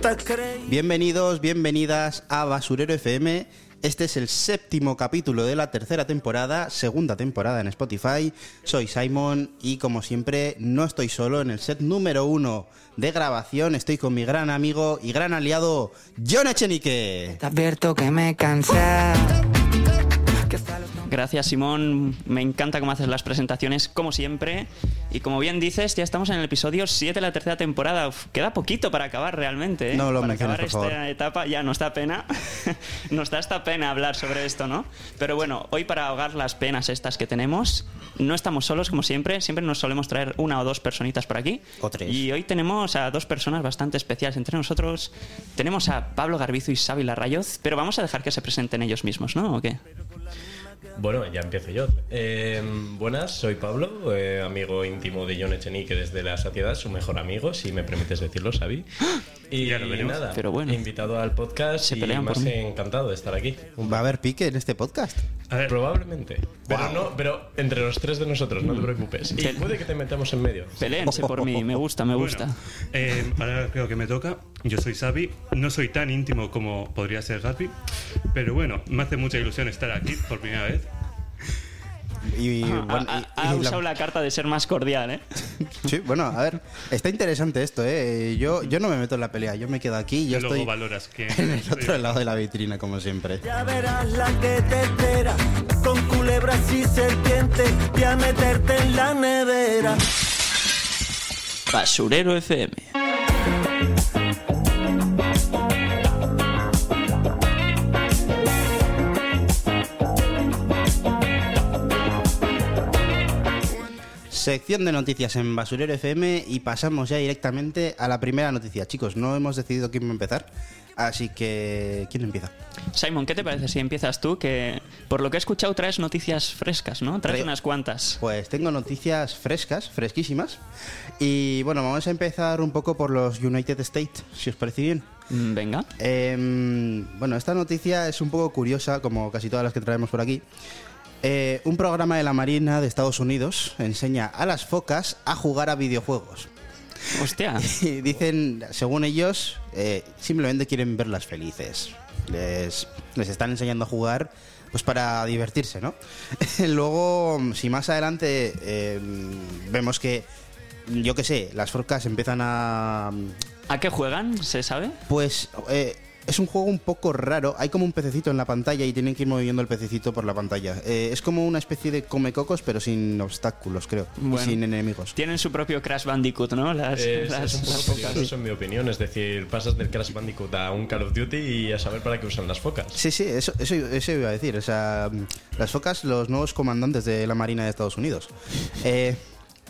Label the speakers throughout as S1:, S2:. S1: te creí.
S2: Bienvenidos, bienvenidas a Basurero FM. Este es el séptimo capítulo de la tercera temporada, segunda temporada en Spotify. Soy Simon y como siempre no estoy solo en el set número uno de grabación. Estoy con mi gran amigo y gran aliado, John Echenique.
S3: Te advierto que me cansé.
S4: Gracias, Simón. Me encanta cómo haces las presentaciones, como siempre. Y como bien dices, ya estamos en el episodio 7 de la tercera temporada. Uf, queda poquito para acabar realmente. ¿eh?
S2: No lo
S4: para
S2: menciones,
S4: acabar
S2: por favor.
S4: esta etapa ya nos da pena. nos da esta pena hablar sobre esto, ¿no? Pero bueno, hoy para ahogar las penas estas que tenemos, no estamos solos, como siempre. Siempre nos solemos traer una o dos personitas por aquí.
S2: O tres.
S4: Y hoy tenemos a dos personas bastante especiales entre nosotros. Tenemos a Pablo Garbizo y Xavi Larrayoz, pero vamos a dejar que se presenten ellos mismos, ¿no? ¿O qué?
S5: Bueno, ya empiezo yo. Eh, buenas, soy Pablo, eh, amigo íntimo de John Echenique desde la saciedad, su mejor amigo, si me permites decirlo, Xavi. Y nada,
S4: Pero bueno.
S5: invitado al podcast
S4: Se
S5: y
S4: pelean por
S5: más
S4: mí.
S5: encantado de estar aquí.
S2: ¿Va a haber pique en este podcast?
S5: A ver, probablemente. Pero no, pero entre los tres de nosotros, no te
S4: Mm.
S5: preocupes. Y
S4: Pel-
S5: puede que te metamos en medio.
S4: Peléense por mí, me gusta, me gusta.
S6: Bueno, eh, ahora creo que me toca. Yo soy Xavi, no soy tan íntimo como podría ser Gatsby, pero bueno, me hace mucha ilusión estar aquí por primera vez.
S2: Y, bueno,
S4: ha,
S2: y-
S4: Ah, ha-
S2: y
S4: ha
S2: la-
S4: usado la carta de ser más cordial, ¿eh?
S2: Sí, bueno, a ver, está interesante esto, ¿eh? Yo, yo no me meto en la pelea, yo me quedo aquí, yo
S6: Y luego
S2: estoy
S6: valoras que-
S2: en el otro lado de la vitrina, como siempre.
S1: Ya verás la que te espera. Con culebras y serpientes. Y a meterte en la nevera.
S4: Basurero FM.
S2: Sección de noticias en Basurero FM y pasamos ya directamente a la primera noticia. Chicos, no hemos decidido quién va a empezar, así que... ¿Quién empieza?
S4: Simon, ¿qué te parece si empiezas tú? Que por lo que he escuchado traes noticias frescas, ¿no? Traes
S2: Traigo-
S4: unas cuantas.
S2: Pues tengo noticias frescas, fresquísimas. Y bueno, vamos a empezar un poco por los United States, si os parece bien.
S4: Mm, Venga.
S2: Eh, bueno, esta noticia es un poco curiosa, como casi todas las que traemos por aquí. Eh, un programa de la Marina de Estados Unidos enseña a las focas a jugar a videojuegos.
S4: Hostia.
S2: Y dicen, según ellos, eh, simplemente quieren verlas felices. Les, les están enseñando a jugar pues para divertirse, ¿no? Luego, si más adelante eh, vemos que, yo qué sé, las focas empiezan a...
S4: ¿A qué juegan? ¿Se sabe?
S2: Pues eh, es un juego un poco raro. Hay como un pececito en la pantalla y tienen que ir moviendo el pececito por la pantalla. Eh, es como una especie de come cocos, pero sin obstáculos, creo. y
S4: Bueno.
S2: sin enemigos.
S4: Tienen su propio Crash Bandicoot, ¿no? Las,
S2: Eh,
S5: Es,
S4: las-
S5: es un
S4: las
S5: poco
S4: focas.
S5: peligroso en mi opinión, es decir, pasas del Crash Bandicoot a un Call of Duty y a saber para qué usan las focas.
S2: Sí, sí, eso, eso, eso iba a decir. O sea, las focas, los nuevos comandantes de la Marina de Estados Unidos. Eh,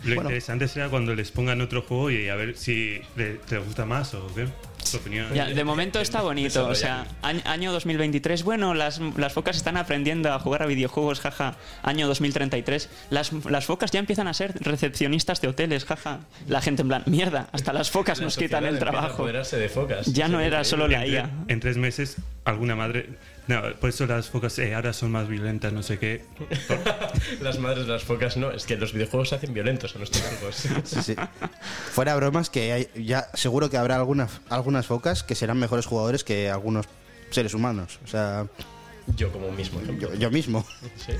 S6: Lo
S2: bueno,
S6: interesante será cuando les pongan otro juego y a ver si le- te gusta más o qué. Tu opinión.
S4: Ya, de momento está bonito, o sea, año- año 2023, bueno, las, las focas están aprendiendo a jugar a videojuegos, jaja, año 2033, las, las focas ya empiezan a ser recepcionistas de hoteles, jaja, la gente en plan, mierda, hasta las focas
S5: La
S4: nos quitan
S5: sociedad
S4: el
S5: empieza a
S4: trabajo.
S5: apoderarse de focas. ¿eh?
S4: Ya no
S5: Es
S4: era
S5: increíble.
S4: solo la
S6: En,
S4: IA.
S6: tre- en tres meses, alguna madre. No, por eso las focas eh, ahora son más violentas, no sé qué.
S5: Las madres de las focas no, es que los videojuegos se hacen violentos a nuestros hijos.
S2: sí, sí. Fuera bromas, que hay- ya seguro que habrá algunas, algunas focas que serán mejores jugadores que algunos seres humanos. O sea,
S5: Yo como mismo. ¿no?
S2: yo, yo mismo.
S5: Sí.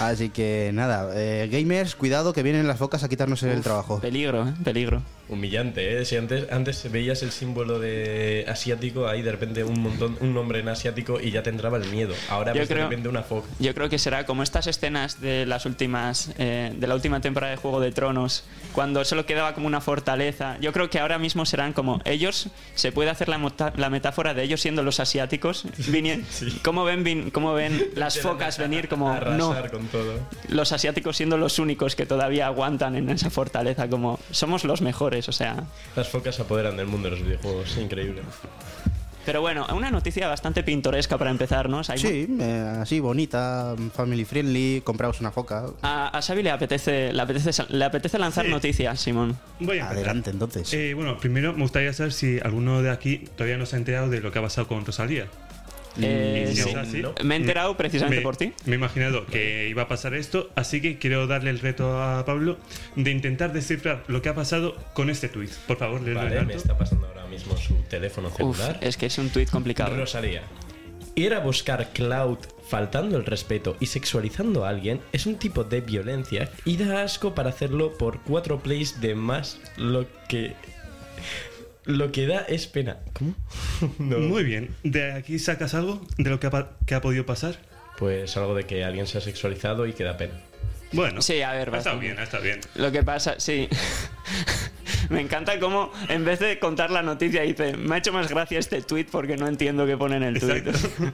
S2: Así que nada, eh, gamers, cuidado que vienen las focas a quitarnos el trabajo.
S4: Peligro, eh, peligro.
S5: Humillante, ¿eh? Si antes, antes veías el símbolo de asiático, ahí de repente un montón, un nombre en asiático y ya te entraba el miedo. Ahora
S4: Yo
S5: ves
S4: creo-
S5: de repente una foca.
S4: Yo creo que será como estas escenas de las últimas, eh, de la última temporada de Juego de Tronos, cuando solo quedaba como una fortaleza. Yo creo que ahora mismo serán como ellos, se puede hacer la, mota- la metáfora de ellos siendo los asiáticos. vini- ¿Cómo, ven, vin- ¿Cómo ven las focas venir como no?
S5: Arrasar con todo.
S4: Los asiáticos siendo los únicos que todavía aguantan en esa fortaleza, como somos los mejores, o sea.
S5: Las focas se apoderan del mundo de los videojuegos, increíble.
S4: Pero bueno, una noticia bastante pintoresca para empezar, ¿no? Simon?
S2: Sí, eh, así bonita, family friendly, compraos una foca.
S4: A, a Xavi le apetece, le apetece, le apetece lanzar
S6: Sí.
S4: noticias, Simón.
S6: Voy a empezar.
S2: Adelante entonces.
S6: Eh, bueno, primero me gustaría saber si alguno de aquí todavía no se ha enterado de lo que ha pasado con Rosalía.
S4: Eh,
S6: Si
S4: sí.
S6: es así,
S5: no.
S4: Me he enterado precisamente
S6: me-
S4: por ti.
S6: Me he imaginado que iba a pasar esto, así que quiero darle el reto a Pablo de intentar descifrar lo que ha pasado con este tuit. Por favor, léelo en
S5: Vale, me
S6: alto.
S5: está pasando ahora ahora mismo su teléfono
S4: Uf,
S5: celular.
S4: es que es un tuit complicado.
S5: Rosalía. Ir a buscar cloud faltando el respeto y sexualizando a alguien es un tipo de violencia y da asco para hacerlo por cuatro plays de más lo que... Lo que da es pena. ¿Cómo? No.
S6: Muy bien. ¿De aquí sacas algo de lo que ha, pa- que ha podido pasar?
S5: Pues algo de que alguien se ha sexualizado y que da pena.
S6: Bueno.
S4: Sí, a ver,
S6: Ha estado
S4: bastante.
S6: bien, ha estado bien.
S4: Lo que pasa, sí. Me encanta cómo, en vez de contar la noticia, dice: Me ha hecho más gracia este tuit porque no entiendo qué pone en el tuit.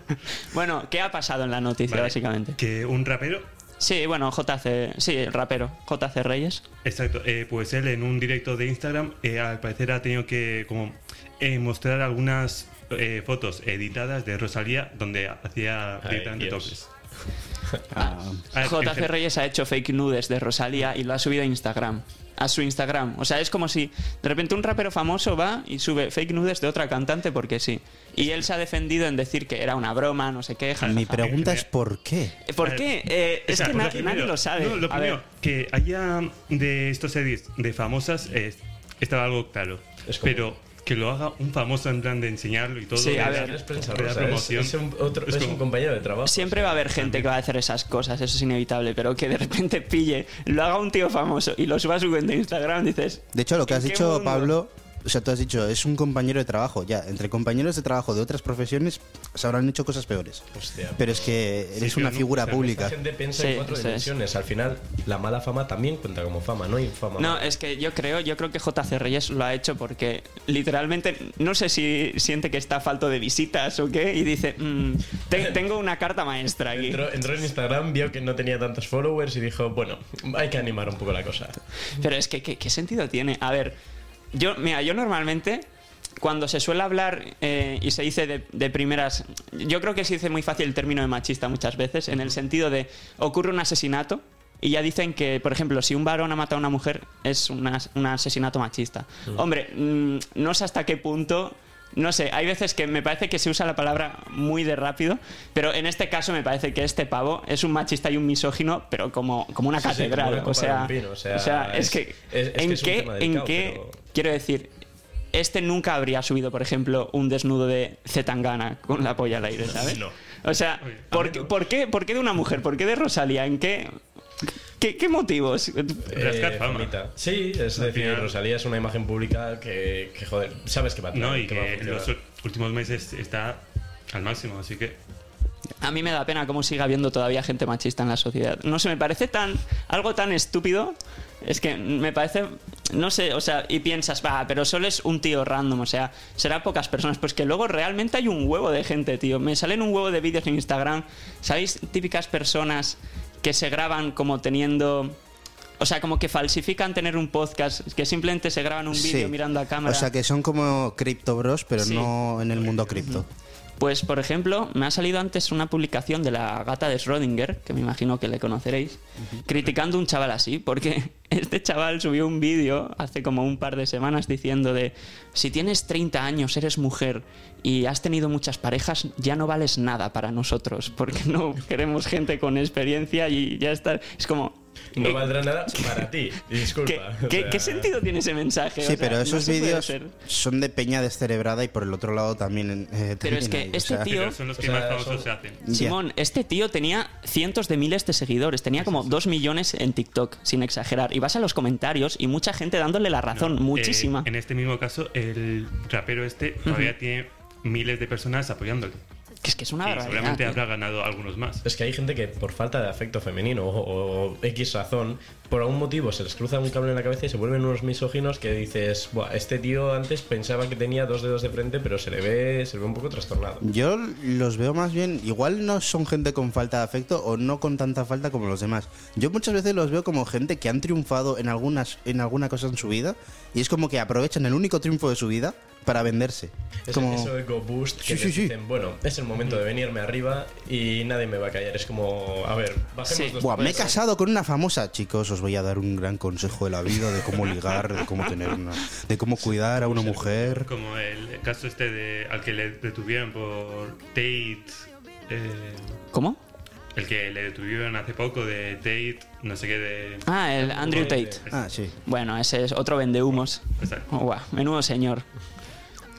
S4: bueno, ¿qué ha pasado en la noticia,
S6: Vale.
S4: básicamente?
S6: Que un rapero,
S4: Sí, bueno, JC. Sí, el rapero, JC Reyes.
S6: exacto, eh, pues él en un directo de Instagram eh, al parecer ha tenido que como eh, mostrar algunas eh, fotos editadas de Rosalía donde hacía
S5: Ay,
S6: directamente
S5: Dios.
S6: toques.
S2: Ah,
S6: Ah, en
S4: JC
S6: gen-
S4: Reyes ha hecho fake nudes de Rosalía y lo ha subido a Instagram. A su Instagram. O sea, es como si de repente un rapero famoso va y sube fake nudes de otra cantante porque sí. Y él se ha defendido en decir que era una broma, no sé qué. jajaja.
S2: mi pregunta es ¿por qué?
S4: ¿Por
S6: Eh,
S4: qué? Eh, es
S6: O sea,
S4: que
S6: pues
S4: na-
S6: primero-
S4: nadie lo sabe.
S6: no, lo
S4: A ver,
S6: primero, que haya de estos edits de famosas eh, estaba algo claro.
S5: Es como-
S6: pero que lo haga un famoso en plan de enseñarlo y todo.
S4: Sí,
S6: de
S4: a
S6: dar-
S4: ver.
S5: Es pensar,
S6: de dar
S5: o sea, es-
S6: promoción.
S5: es un, otro-
S6: Es
S5: es un
S6: como-
S5: compañero de trabajo.
S4: siempre va a haber
S6: Pues
S4: gente que va a hacer esas cosas, eso es inevitable, pero que de repente pille, lo haga un tío famoso y lo suba a su cuenta de Instagram, dices.
S2: De hecho, lo que
S4: ¿en
S2: has
S4: qué
S2: dicho,
S4: mundo?
S2: Pablo, o sea, tú has dicho, es un compañero de trabajo. Ya, entre compañeros de trabajo de otras profesiones se habrán hecho cosas peores.
S5: Hostia.
S2: Pero es que eres
S6: pero
S2: una
S6: no,
S2: figura
S6: o sea,
S5: La
S2: pública.
S5: gente piensa
S4: Sí,
S5: en cuatro
S4: eso es.
S5: dimensiones. Al final, la mala fama también cuenta como fama, no infama.
S4: No, es que yo creo, yo creo que JC Reyes lo ha hecho porque literalmente no sé si siente que está falto de visitas o qué y dice, "Mm, te- tengo una carta maestra aquí.
S5: Entró, entró en Instagram, vio que no tenía tantos followers y dijo, bueno, hay que animar un poco la cosa.
S4: Pero es que, ¿qué, qué sentido tiene? A ver, yo, mira, yo normalmente, cuando se suele hablar eh, y se dice de, de primeras. Yo creo que se dice muy fácil el término de machista muchas veces, en el sentido de ocurre un asesinato. Y ya dicen que, por ejemplo, si un varón ha matado a una mujer, es un as- un asesinato machista. Hombre, mm, no sé hasta qué punto no sé, hay veces que me parece que se usa la palabra muy de rápido, pero en este caso me parece que este pavo es un machista y un misógino, pero como, como una
S5: Sí, sí, como una
S4: catedral.
S5: copa
S4: o, sea,
S5: de un pino, o sea,
S4: o sea, es,
S5: es-
S4: que.
S5: es- es que
S4: ¿En
S5: es un
S4: qué?
S5: tema
S4: ¿En
S5: delicado,
S4: qué?
S5: pero-
S4: Quiero decir, este nunca habría subido, por ejemplo, un desnudo de Zetangana con la polla al aire, ¿sabes?
S5: No.
S4: O sea,
S6: Oye, a
S4: ¿por,
S5: mí
S4: qué-
S5: no.
S4: por qué, por qué de una mujer? ¿Por qué de Rosalía? ¿En qué? ¿Qué, qué motivos?
S6: Rascar fama.
S5: famita. Eh, Sí, es
S6: Al
S5: decir,
S6: final-
S5: Rosalía es una imagen pública que, que, joder, sabes que va a
S6: No, y
S5: que va a
S6: que en los
S5: funcionar.
S6: últimos meses está al máximo, así que.
S4: A mí me da pena cómo sigue habiendo todavía gente machista en la sociedad. No sé, me parece tan algo tan estúpido. Es que me parece, no sé, o sea, y piensas, va, pero solo es un tío random, o sea, será pocas personas, pues que luego realmente hay un huevo de gente, tío. Me salen un huevo de vídeos en Instagram, ¿sabéis? Típicas personas que se graban como teniendo, o sea, como que falsifican tener un podcast, que simplemente se graban un vídeo
S2: Sí.
S4: mirando a cámara.
S2: O sea, que son como Crypto Bros, pero
S4: Sí.
S2: no en el mundo cripto.
S4: Pues, por ejemplo, me ha salido antes una publicación de la gata de Schrödinger, que me imagino que le conoceréis, criticando a un chaval así, porque este chaval subió un vídeo hace como un par de semanas diciendo de, si tienes 30 años, eres mujer y has tenido muchas parejas, ya no vales nada para nosotros, porque no queremos gente con experiencia y ya está. Es como...
S5: No
S4: eh,
S5: valdrá nada para ti,
S4: ¿qué,
S5: disculpa.
S4: qué-
S5: O sea,
S4: qué sentido tiene ese mensaje? O
S2: Sí,
S4: sea,
S2: pero
S4: no
S2: esos
S4: se puede
S2: vídeos
S4: hacer.
S2: son de peña descerebrada y por el otro lado también. eh,
S4: Pero es
S2: también
S4: que
S2: hay, o
S4: este
S2: sea,
S4: tío-
S6: Pero son los
S5: O
S6: que
S5: sea,
S6: más famosos
S5: son-
S6: se hacen.
S2: Ya.
S4: Simón, este tío tenía cientos de miles de seguidores, tenía como dos millones en TikTok, sin exagerar. Y vas a los comentarios y mucha gente dándole la razón,
S6: No,
S4: muchísima.
S6: eh, en este mismo caso, el rapero este todavía tiene miles de personas apoyándole.
S4: que es que es una
S6: Y
S4: barbaridad.
S6: seguramente
S4: tío.
S6: habrá ganado algunos más.
S5: Es que hay gente que por falta de afecto femenino o, o X razón, por algún motivo se les cruza un cable en la cabeza y se vuelven unos misóginos que dices, Buah, este tío antes pensaba que tenía dos dedos de frente, pero se le ve, se le ve un poco trastornado.
S2: Yo los veo más bien, igual no son gente con falta de afecto o no con tanta falta como los demás. Yo muchas veces los veo como gente que han triunfado en algunas en alguna cosa en su vida y es como que aprovechan el único triunfo de su vida para venderse.
S5: Es
S2: como
S5: eso de Go Boost que
S2: Sí,
S5: les
S2: sí, sí.
S5: dicen, bueno, es el momento de venirme arriba y nadie me va a callar. Es como, a ver, bajemos
S4: Sí.
S5: dos
S2: Buah, me he
S5: pesos".
S2: casado con una famosa, chicos. Os voy a dar un gran consejo de la vida de cómo ligar, de cómo tener una, de cómo cuidar a una mujer.
S6: Como el caso este de al que le detuvieron por Tate. eh,
S4: ¿Cómo?
S6: el que le detuvieron hace poco de Tate, no sé qué de.
S4: Ah, el Andrew Tate.
S2: Ah, sí.
S4: Bueno, ese es otro vendehumos.
S6: Exacto.
S4: Oh, guau, menudo señor.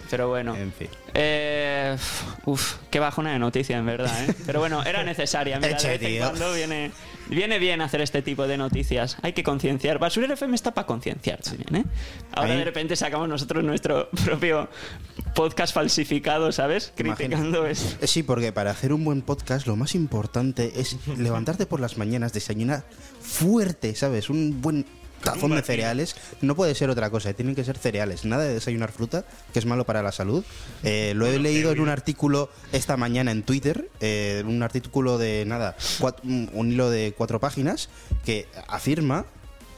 S4: pero bueno.
S2: En fin.
S4: Eh, uf, qué bajona de noticia, en verdad, ¿eh? Pero bueno, era necesaria. Mira,
S2: Eche,
S4: de vez en
S2: tío.
S4: cuando viene, viene bien hacer este tipo de noticias. Hay que concienciar. Basurero FM está para concienciar también, ¿eh? Ahora
S2: Ahí-
S4: de repente sacamos nosotros nuestro propio podcast falsificado, ¿sabes?
S2: Imagínate.
S4: Criticando esto.
S2: Eh, Sí, porque para hacer un buen podcast lo más importante es levantarte por las mañanas, desayunar fuerte, ¿sabes? Un buen tazón de
S6: batido.
S2: cereales no puede ser otra cosa, eh, tienen que ser cereales. Nada de desayunar fruta, que es malo para la salud. Eh, lo he leído en un artículo esta mañana en Twitter, eh, un artículo de nada, cuat- un un hilo de cuatro páginas, que afirma,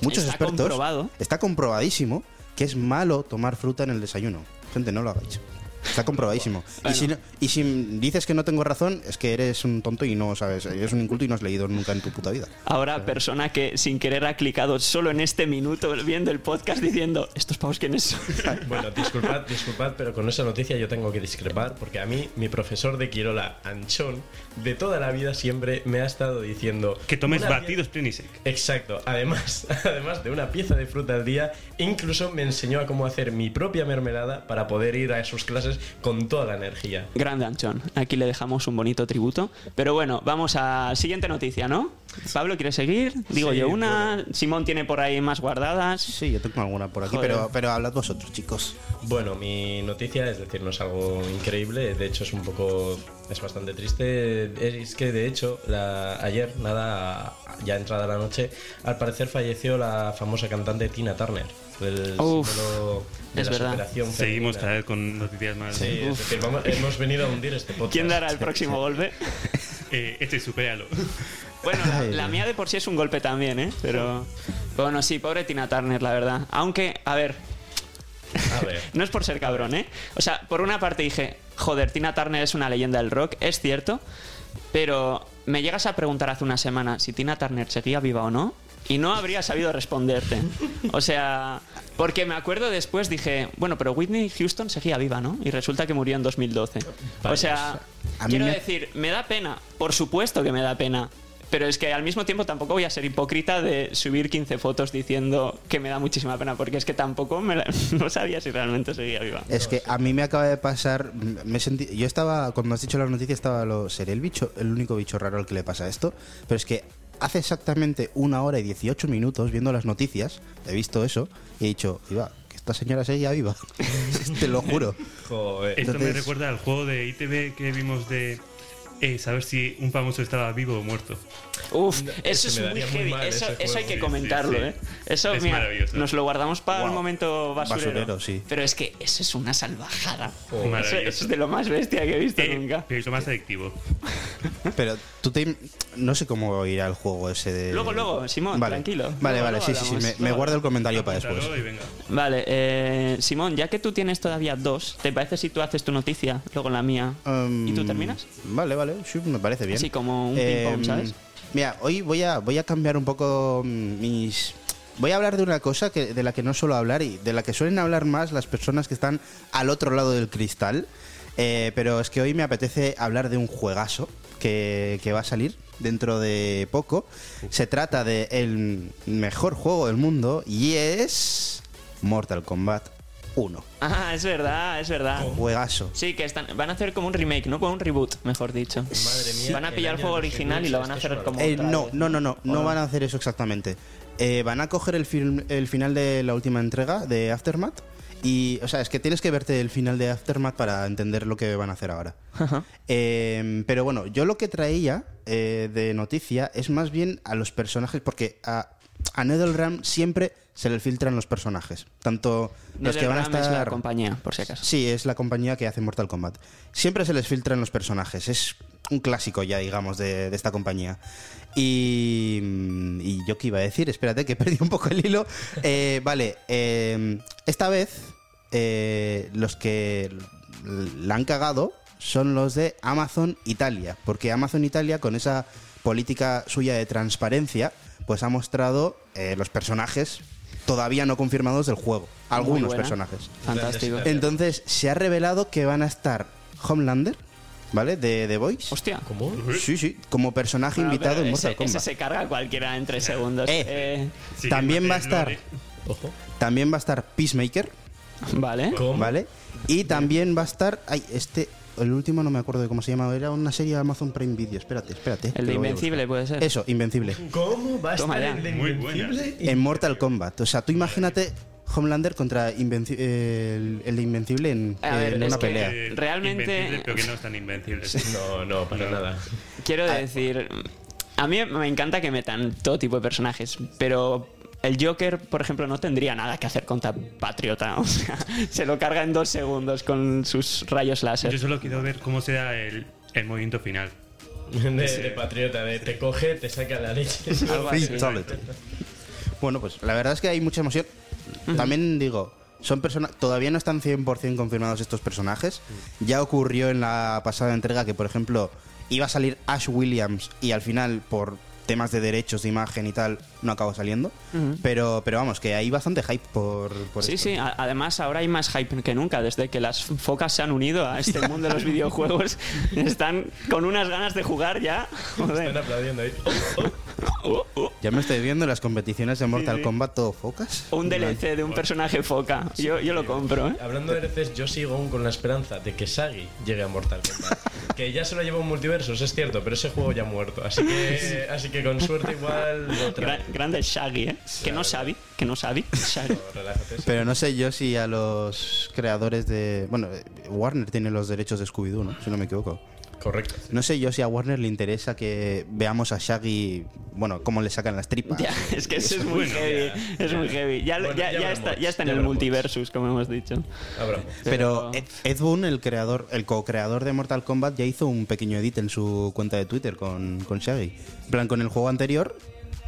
S2: muchos
S4: Está
S2: expertos,
S4: comprobado.
S2: está comprobadísimo que es malo tomar fruta en el desayuno. Gente, no lo hagáis. Está comprobadísimo.
S4: Bueno.
S2: Y, si, no- y si dices que no tengo razón, es que eres un tonto y no sabes, eres un inculto y no has leído nunca en tu puta vida.
S4: Ahora, persona que sin querer ha clicado solo en este minuto viendo el podcast diciendo, estos pavos quiénes son.
S5: Bueno, disculpad, disculpad, pero con esa noticia yo tengo que discrepar porque a mí, mi profesor de Quirola, Anchón, de toda la vida siempre me ha estado diciendo...
S6: Que tomes
S5: "Una vie-
S6: batidos Plenisec.
S5: Exacto, además, además de una pieza de fruta al día, incluso me enseñó a cómo hacer mi propia mermelada para poder ir a sus clases con toda la energía.
S4: Grande Anchón. Aquí le dejamos un bonito tributo. Pero bueno, vamos a siguiente noticia, ¿no? Pablo, ¿quieres seguir? Digo
S5: Sí,
S4: yo una. Simón tiene por ahí más guardadas.
S2: Sí, yo tengo alguna por aquí,
S4: Joder.
S2: pero, pero hablad vosotros, chicos.
S5: Bueno, mi noticia, es decir, no es algo increíble, de hecho es un poco, es bastante triste, es que de hecho la- ayer, nada, ya entrada la noche, al parecer falleció la famosa cantante Tina Turner, el
S4: Uf,
S5: símbolo de
S4: es
S5: la
S4: verdad.
S5: superación
S6: Seguimos
S5: femenina.
S6: cada vez con noticias más.
S5: Sí, es decir, vamos- hemos venido a hundir este podcast.
S4: ¿Quién dará el próximo golpe?
S6: Eh, este, supéralo.
S4: Bueno, la, la mía de por sí es un golpe también, ¿eh? Pero. Bueno, sí, pobre Tina Turner, la verdad. Aunque, a ver,
S5: A ver.
S4: No es por ser cabrón, ¿eh? O sea, por una parte dije, joder, Tina Turner es una leyenda del rock, es cierto, pero me llegas a preguntar hace una semana si Tina Turner seguía viva o no, y no habría sabido responderte. O sea, porque me acuerdo después dije, bueno, pero Whitney Houston seguía viva, ¿no? Y resulta que murió en 2012. O sea,
S2: pues, A mí
S4: quiero
S2: me-
S4: decir, me da pena, por supuesto que me da pena. Pero es que al mismo tiempo tampoco voy a ser hipócrita de subir 15 fotos diciendo que me da muchísima pena, porque es que tampoco me la- no sabía si realmente seguía viva.
S2: Es que a mí me acaba de pasar, m- me sentí, yo estaba, cuando has dicho la noticia, estaba lo, seré el bicho, el único bicho raro al que le pasa esto, pero es que hace exactamente una hora y 18 minutos viendo las noticias, he visto eso y he dicho, iba, que esta señora sigue viva, te lo juro.
S5: Joder.
S6: Esto me
S2: Entonces-
S6: recuerda al juego de ITV que vimos de eh, saber si un famoso estaba vivo o muerto.
S4: Uf,
S5: No,
S4: eso
S5: ese me
S4: es muy
S5: daría muy
S4: heavy.
S5: mal,
S4: eso,
S5: ese
S4: eso
S5: juego.
S4: hay que
S5: Sí,
S4: comentarlo,
S6: sí, sí.
S4: ¿eh? Eso,
S6: Es
S4: mira,
S6: maravilloso.
S4: nos lo guardamos para el
S2: Wow.
S4: momento basurero.
S2: Basurero, sí.
S4: Pero es que eso es una salvajada.
S5: Joder.
S4: Eso,
S6: Maravilloso.
S4: eso es de lo más bestia que he visto
S6: Eh,
S4: nunca.
S6: pero es lo más adictivo.
S2: Pero tú te... No sé cómo irá el juego ese de...
S4: Luego, luego, Simón,
S2: Vale.
S4: tranquilo.
S2: Vale,
S4: Luego,
S2: vale,
S4: luego
S2: sí, sí, sí. Me,
S4: hablamos.
S2: me guardo el comentario para
S6: Apúntalo
S2: después.
S6: y venga.
S4: Vale, eh, Simón, ya que tú tienes todavía dos, ¿te parece si tú haces tu noticia, luego la mía?
S2: Um,
S4: ¿Y tú terminas?
S2: Vale, vale, sí, me parece bien. Em,
S4: Así como un ping-pong, ¿sabes?
S2: Mira, hoy voy a, voy a cambiar un poco mm, mis... Voy a hablar de una cosa que, de la que no suelo hablar y de la que suelen hablar más las personas que están al otro lado del cristal. Eh, pero es que hoy me apetece hablar de un juegazo que, que va a salir dentro de poco. Se trata de el mejor juego del mundo y es Mortal Kombat 1.
S4: Ah, es verdad, es verdad.
S2: Juegazo.
S4: Sí, que están, van a hacer como un remake, ¿no? Como un reboot, mejor dicho.
S5: Madre mía,
S4: Van a
S5: el
S4: pillar el
S5: año
S4: juego
S5: de los
S4: original y
S5: reboots,
S4: lo van a
S5: esto es
S4: hacer
S5: una
S4: como
S2: Eh,
S4: otra
S2: no,
S4: vez.
S2: no, no, no, no
S4: no?
S2: van a hacer eso exactamente. Eh, van a coger el, film- el final de la última entrega de Aftermath y, o sea, es que tienes que verte el final de Aftermath para entender lo que van a hacer ahora. Eh, pero bueno, yo lo que traía eh, de noticia es más bien a los personajes, porque a, a NetherRealm siempre se le filtran los personajes, tanto los que van a
S4: NetherRealm es la
S2: estar...
S4: compañía, por si acaso.
S2: Sí, es la compañía que hace Mortal Kombat. Siempre se les filtran los personajes. Es un clásico ya, digamos, de, de esta compañía. Y, y yo qué iba a decir, espérate que perdí un poco el hilo. Eh, vale, eh, esta vez eh, los que la han cagado son los de Amazon Italia. Porque Amazon Italia, con esa política suya de transparencia, pues ha mostrado eh, los personajes todavía no confirmados del juego. Algunos
S4: buena.
S2: personajes. Eh,
S4: Fantástico.
S5: Grande,
S2: Entonces, se ha revelado que van a estar Homelander, ¿vale? De The Voice.
S4: Hostia.
S5: ¿Cómo?
S2: Sí, sí, como personaje
S4: Bueno,
S2: invitado
S4: pero
S2: en
S4: ese,
S2: Mortal Kombat.
S4: ese se carga a cualquiera en tres segundos.
S2: Eh.
S4: Eh,
S6: Sí,
S2: También
S6: que
S2: va a estar,
S6: Lore.
S5: Ojo.
S2: también va a estar Peacemaker,
S4: Vale.
S5: ¿Cómo?
S2: ¿Vale? Y también va a estar. Ay, este. El último no me acuerdo de cómo se llamaba. Era una serie de Amazon Prime Video. Espérate, espérate. que
S4: El de
S2: lo voy a
S4: Invencible puede
S2: buscar.
S4: ser.
S2: Eso, Invencible.
S5: ¿Cómo va a
S4: Toma
S5: estar
S4: ya. Em-
S5: el de
S6: Muy buena.
S5: Invencible?
S2: En Mortal Kombat. O sea, tú imagínate Homelander contra Invenci- eh, el, el de Invencible en,
S4: A ver,
S2: en
S4: es
S2: una
S4: que-
S2: pelea.
S6: Eh,
S4: Realmente-
S6: invencibles, pero que no están invencibles.
S5: No, no, para
S6: No.
S5: nada.
S4: Quiero
S2: Ah.
S4: decir, a mí me encanta que metan todo tipo de personajes, pero el Joker, por ejemplo, no tendría nada que hacer contra Patriota. O sea, se lo carga en dos segundos con sus rayos
S6: Yo
S4: láser.
S6: solo quiero ver cómo será el, el movimiento final.
S5: De, de patriota, de te coge, te saca la leche.
S4: Algo así.
S2: Fatality. Bueno, pues la verdad es que hay mucha emoción. También digo, son personas todavía no están 100% confirmados estos personajes. Ya ocurrió en la pasada entrega que, por ejemplo, iba a salir Ash Williams y al final, por temas de derechos de imagen y tal, no acabó saliendo. pero, pero vamos, que hay bastante hype por, por
S4: Sí,
S2: esto.
S4: sí, a- además ahora hay más hype que nunca, desde que las focas se han unido a este mundo de los videojuegos, están con unas ganas de jugar ya.
S5: Están
S4: Joder.
S5: aplaudiendo ahí.
S4: Oh, oh.
S2: Ya me estoy viendo las competiciones de Mortal Kombat todo focas.
S4: Un DLC de un personaje foca, yo, yo lo compro, ¿eh?
S5: Hablando de veces, yo sigo aún con la esperanza de que Sagi llegue a Mortal Kombat. que ya se lo lleva un multiversos, es cierto, pero ese juego ya ha muerto. Así que, así que con suerte igual lo
S4: Gra-
S5: trae.
S4: grande Shaggy, ¿eh? Que no sabe, que no sabe. Shaggy.
S5: No, relájate. sí.
S2: Pero no sé yo si a los creadores de... Bueno, eh, Warner tiene los derechos de Scooby-Doo, ¿no? Si no me equivoco.
S5: Correcto.
S2: No sé yo si a Warner le interesa que veamos a Shaggy, bueno, cómo le sacan las tripas.
S4: Ya, es que eso es muy
S6: Bueno,
S4: heavy. Es muy heavy. Ya,
S5: Bueno,
S4: ya,
S5: ya
S4: ya
S5: habrá
S4: está,
S5: mods,
S4: ya está en
S5: ya
S4: el
S5: habrá mods.
S4: multiversus, como hemos dicho.
S5: Habrá mods.
S2: Pero
S4: Pero-
S2: Ed, Ed Boon, el creador, el co-creador de Mortal Kombat, ya hizo un pequeño edit en su cuenta de Twitter con, con Shaggy. En plan, con el juego anterior,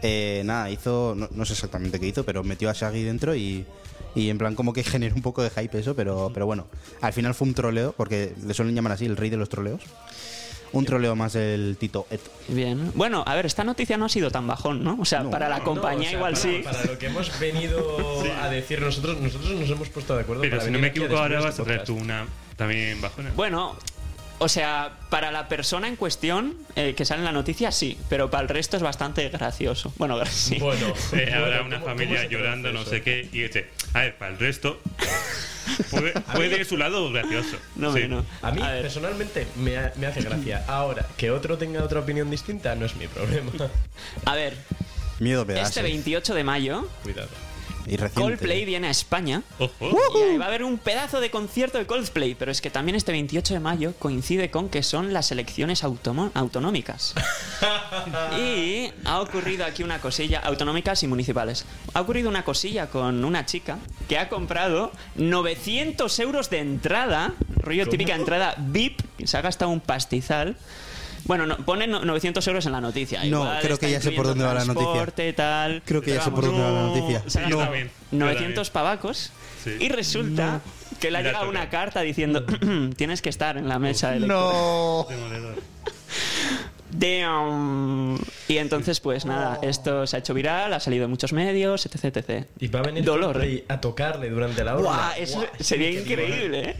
S2: eh, nada, hizo, no, no sé exactamente qué hizo, pero metió a Shaggy dentro y, y en plan como que generó un poco de hype eso, pero, pero bueno, al final fue un troleo, porque le suelen llamar así, el rey de los troleos. Un troleo más el Tito Ed.
S4: Bien. Bueno, a ver, esta noticia no ha sido tan bajón, ¿no? O sea,
S2: No.
S4: para la
S5: No, o
S4: compañía
S5: sea,
S4: igual
S5: para,
S4: sí.
S5: Para lo que hemos venido a decir nosotros, nosotros nos hemos puesto de acuerdo.
S6: Pero
S5: para
S6: si no
S5: venir
S6: me
S5: aquí a
S6: equivoco, ahora
S5: destruir
S6: vas
S5: este
S6: a traer tú
S5: podcast.
S6: una también bajona.
S4: Bueno, o sea, para la persona en cuestión eh, que sale en la noticia sí, pero para el resto es bastante gracioso. Bueno, sí.
S5: Bueno,
S6: Eh, habrá
S5: bueno,
S6: una
S5: ¿cómo-
S6: familia
S5: cómo se
S6: llorando, no
S5: traduce
S6: sé
S5: eso?
S6: qué. Y dice, a ver, para el resto, puede, puede ir su lado gracioso.
S4: No,
S6: Sí.
S4: hombre, no.
S5: A mí,
S4: ver.
S5: personalmente, me, ha- me hace gracia. Ahora, que otro tenga otra opinión distinta no es mi problema.
S4: A ver,
S2: Miedo me das,
S4: este
S2: eh.
S4: 28 de mayo,
S5: Cuidado.
S2: Y reciente.
S4: Coldplay viene a España.
S6: Ojo.
S4: Y ahí va a haber un pedazo de concierto de Coldplay, pero es que también este 28 de mayo coincide con que son las elecciones automo- autonómicas. y ha ocurrido aquí una cosilla, autonómicas y municipales. Ha ocurrido una cosilla con una chica que ha comprado 900 euros de entrada, rollo típica entrada VIP, y se ha gastado un pastizal. Bueno, no, pone no- 900 euros en la noticia.
S2: No, creo
S4: está
S2: que ya sé por dónde
S4: incluyendo
S2: va la noticia.
S4: transporte, Tal,
S2: Creo que ya
S4: pero
S2: sé por
S4: vamos,
S2: dónde va la
S4: no,
S2: noticia.
S4: se ha
S6: Yo
S4: gastado
S6: también, yo
S4: 900 pavacos
S6: Sí.
S4: y resulta que le ha
S6: La
S4: llegado
S6: toca.
S4: una carta diciendo tienes que estar en la mesa de lectura".
S2: No.
S6: Demoledor.
S4: Damn. Y entonces pues nada, esto se ha hecho viral, ha salido en muchos medios, etc, etc.
S5: Y va a venir
S4: Dolor. ¿eh?
S5: Coldplay a tocarle durante la hora.
S4: Buah, eso sería increíble, ¿eh?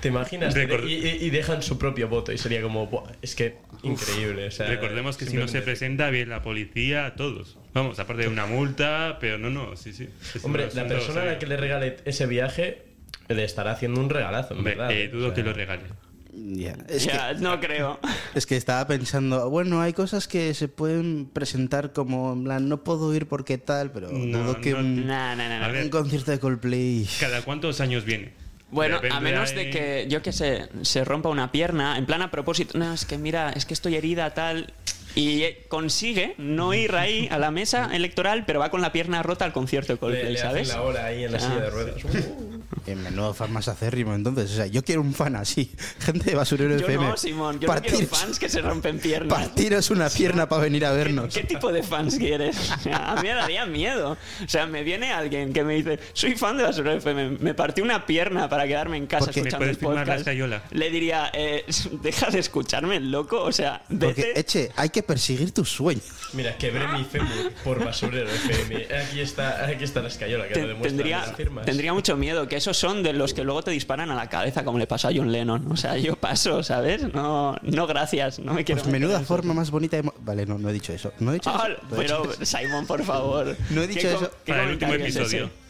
S5: ¿Te imaginas?
S6: Record-
S5: Y, y- y dejan su propio voto y sería como, "Buah, es que increíble. o sea,
S6: Recordemos que si no se
S5: simplemente-
S6: presenta bien la policía, a todos. Vamos, aparte de una multa, pero no, no, ¿eh? sí, sí. Es un
S5: Hombre, la
S6: asunto
S5: persona a la
S6: serio.
S5: que le regale ese viaje le estará haciendo un regalazo, en
S6: Hombre,
S5: verdad.
S6: eh,
S5: ¿eh?
S6: dudo
S5: O sea,
S6: que lo regale.
S2: Ya, es que-
S4: Ya, no creo.
S2: Es que estaba pensando, bueno, hay cosas que se pueden presentar como, en plan, no puedo ir porque tal, pero
S6: No,
S2: dudo que
S6: no,
S2: un,
S4: Nah, nah, nah, nah.
S6: A ver.
S2: un concierto de Coldplay.
S6: ¿Cada cuántos años viene?
S4: Bueno,
S6: Depende
S4: a menos
S6: ahí-
S4: de que, yo que sé, se rompa una pierna, en plan a propósito, no, es que mira, es que estoy herida, tal. Y eh, consigue no ir ahí a la mesa electoral, pero va con la pierna rota al concierto de
S5: le-
S4: Coldplay,
S5: le hacen
S4: ¿sabes?
S5: la hora ahí en la
S4: Ah.
S5: silla de ruedas. Uh.
S2: Eh, menudo fan más acérrimo, entonces. O sea, yo quiero un fan así. Gente de Basurero
S4: Yo
S2: FM.
S4: no, Simón. Yo no quiero
S2: Partiros-
S4: fans que se rompen piernas.
S2: partiros una pierna para venir a vernos.
S4: ¿Qué tipo de fans quieres? O sea, A mí me daría miedo. O sea, me viene alguien que me dice, soy fan de Basura FM, me partí una pierna para quedarme en casa
S2: Porque-
S4: escuchando
S6: ¿Me
S4: el
S6: puedes firmar la
S4: podcast.
S6: escayola?
S4: Le diría, eh, deja de escucharme, loco. O sea, este
S2: Porque,
S4: vete.
S2: Eche, hay que perseguir tus sueños.
S5: Mira, quebré mi fémur por basurero FM. Aquí está, aquí está la escayola que
S4: Te-
S5: lo demuestra.
S4: tendría,
S5: las firmas.
S4: tendría mucho miedo, que esos son de los que luego te disparan a la cabeza, como le pasó a John Lennon. O sea, yo paso, ¿sabes? No, no gracias, no me quiero.
S2: Pues menuda
S4: meter en eso.
S2: forma más bonita de... mo- Vale, no, no he dicho eso. No he dicho
S4: Ah,
S2: eso. No he dicho
S4: pero
S2: eso.
S4: Simon, por favor.
S2: No he dicho
S4: ¿Qué
S2: eso.
S4: co- qué
S6: Para el último
S4: comentario es ese?
S6: episodio.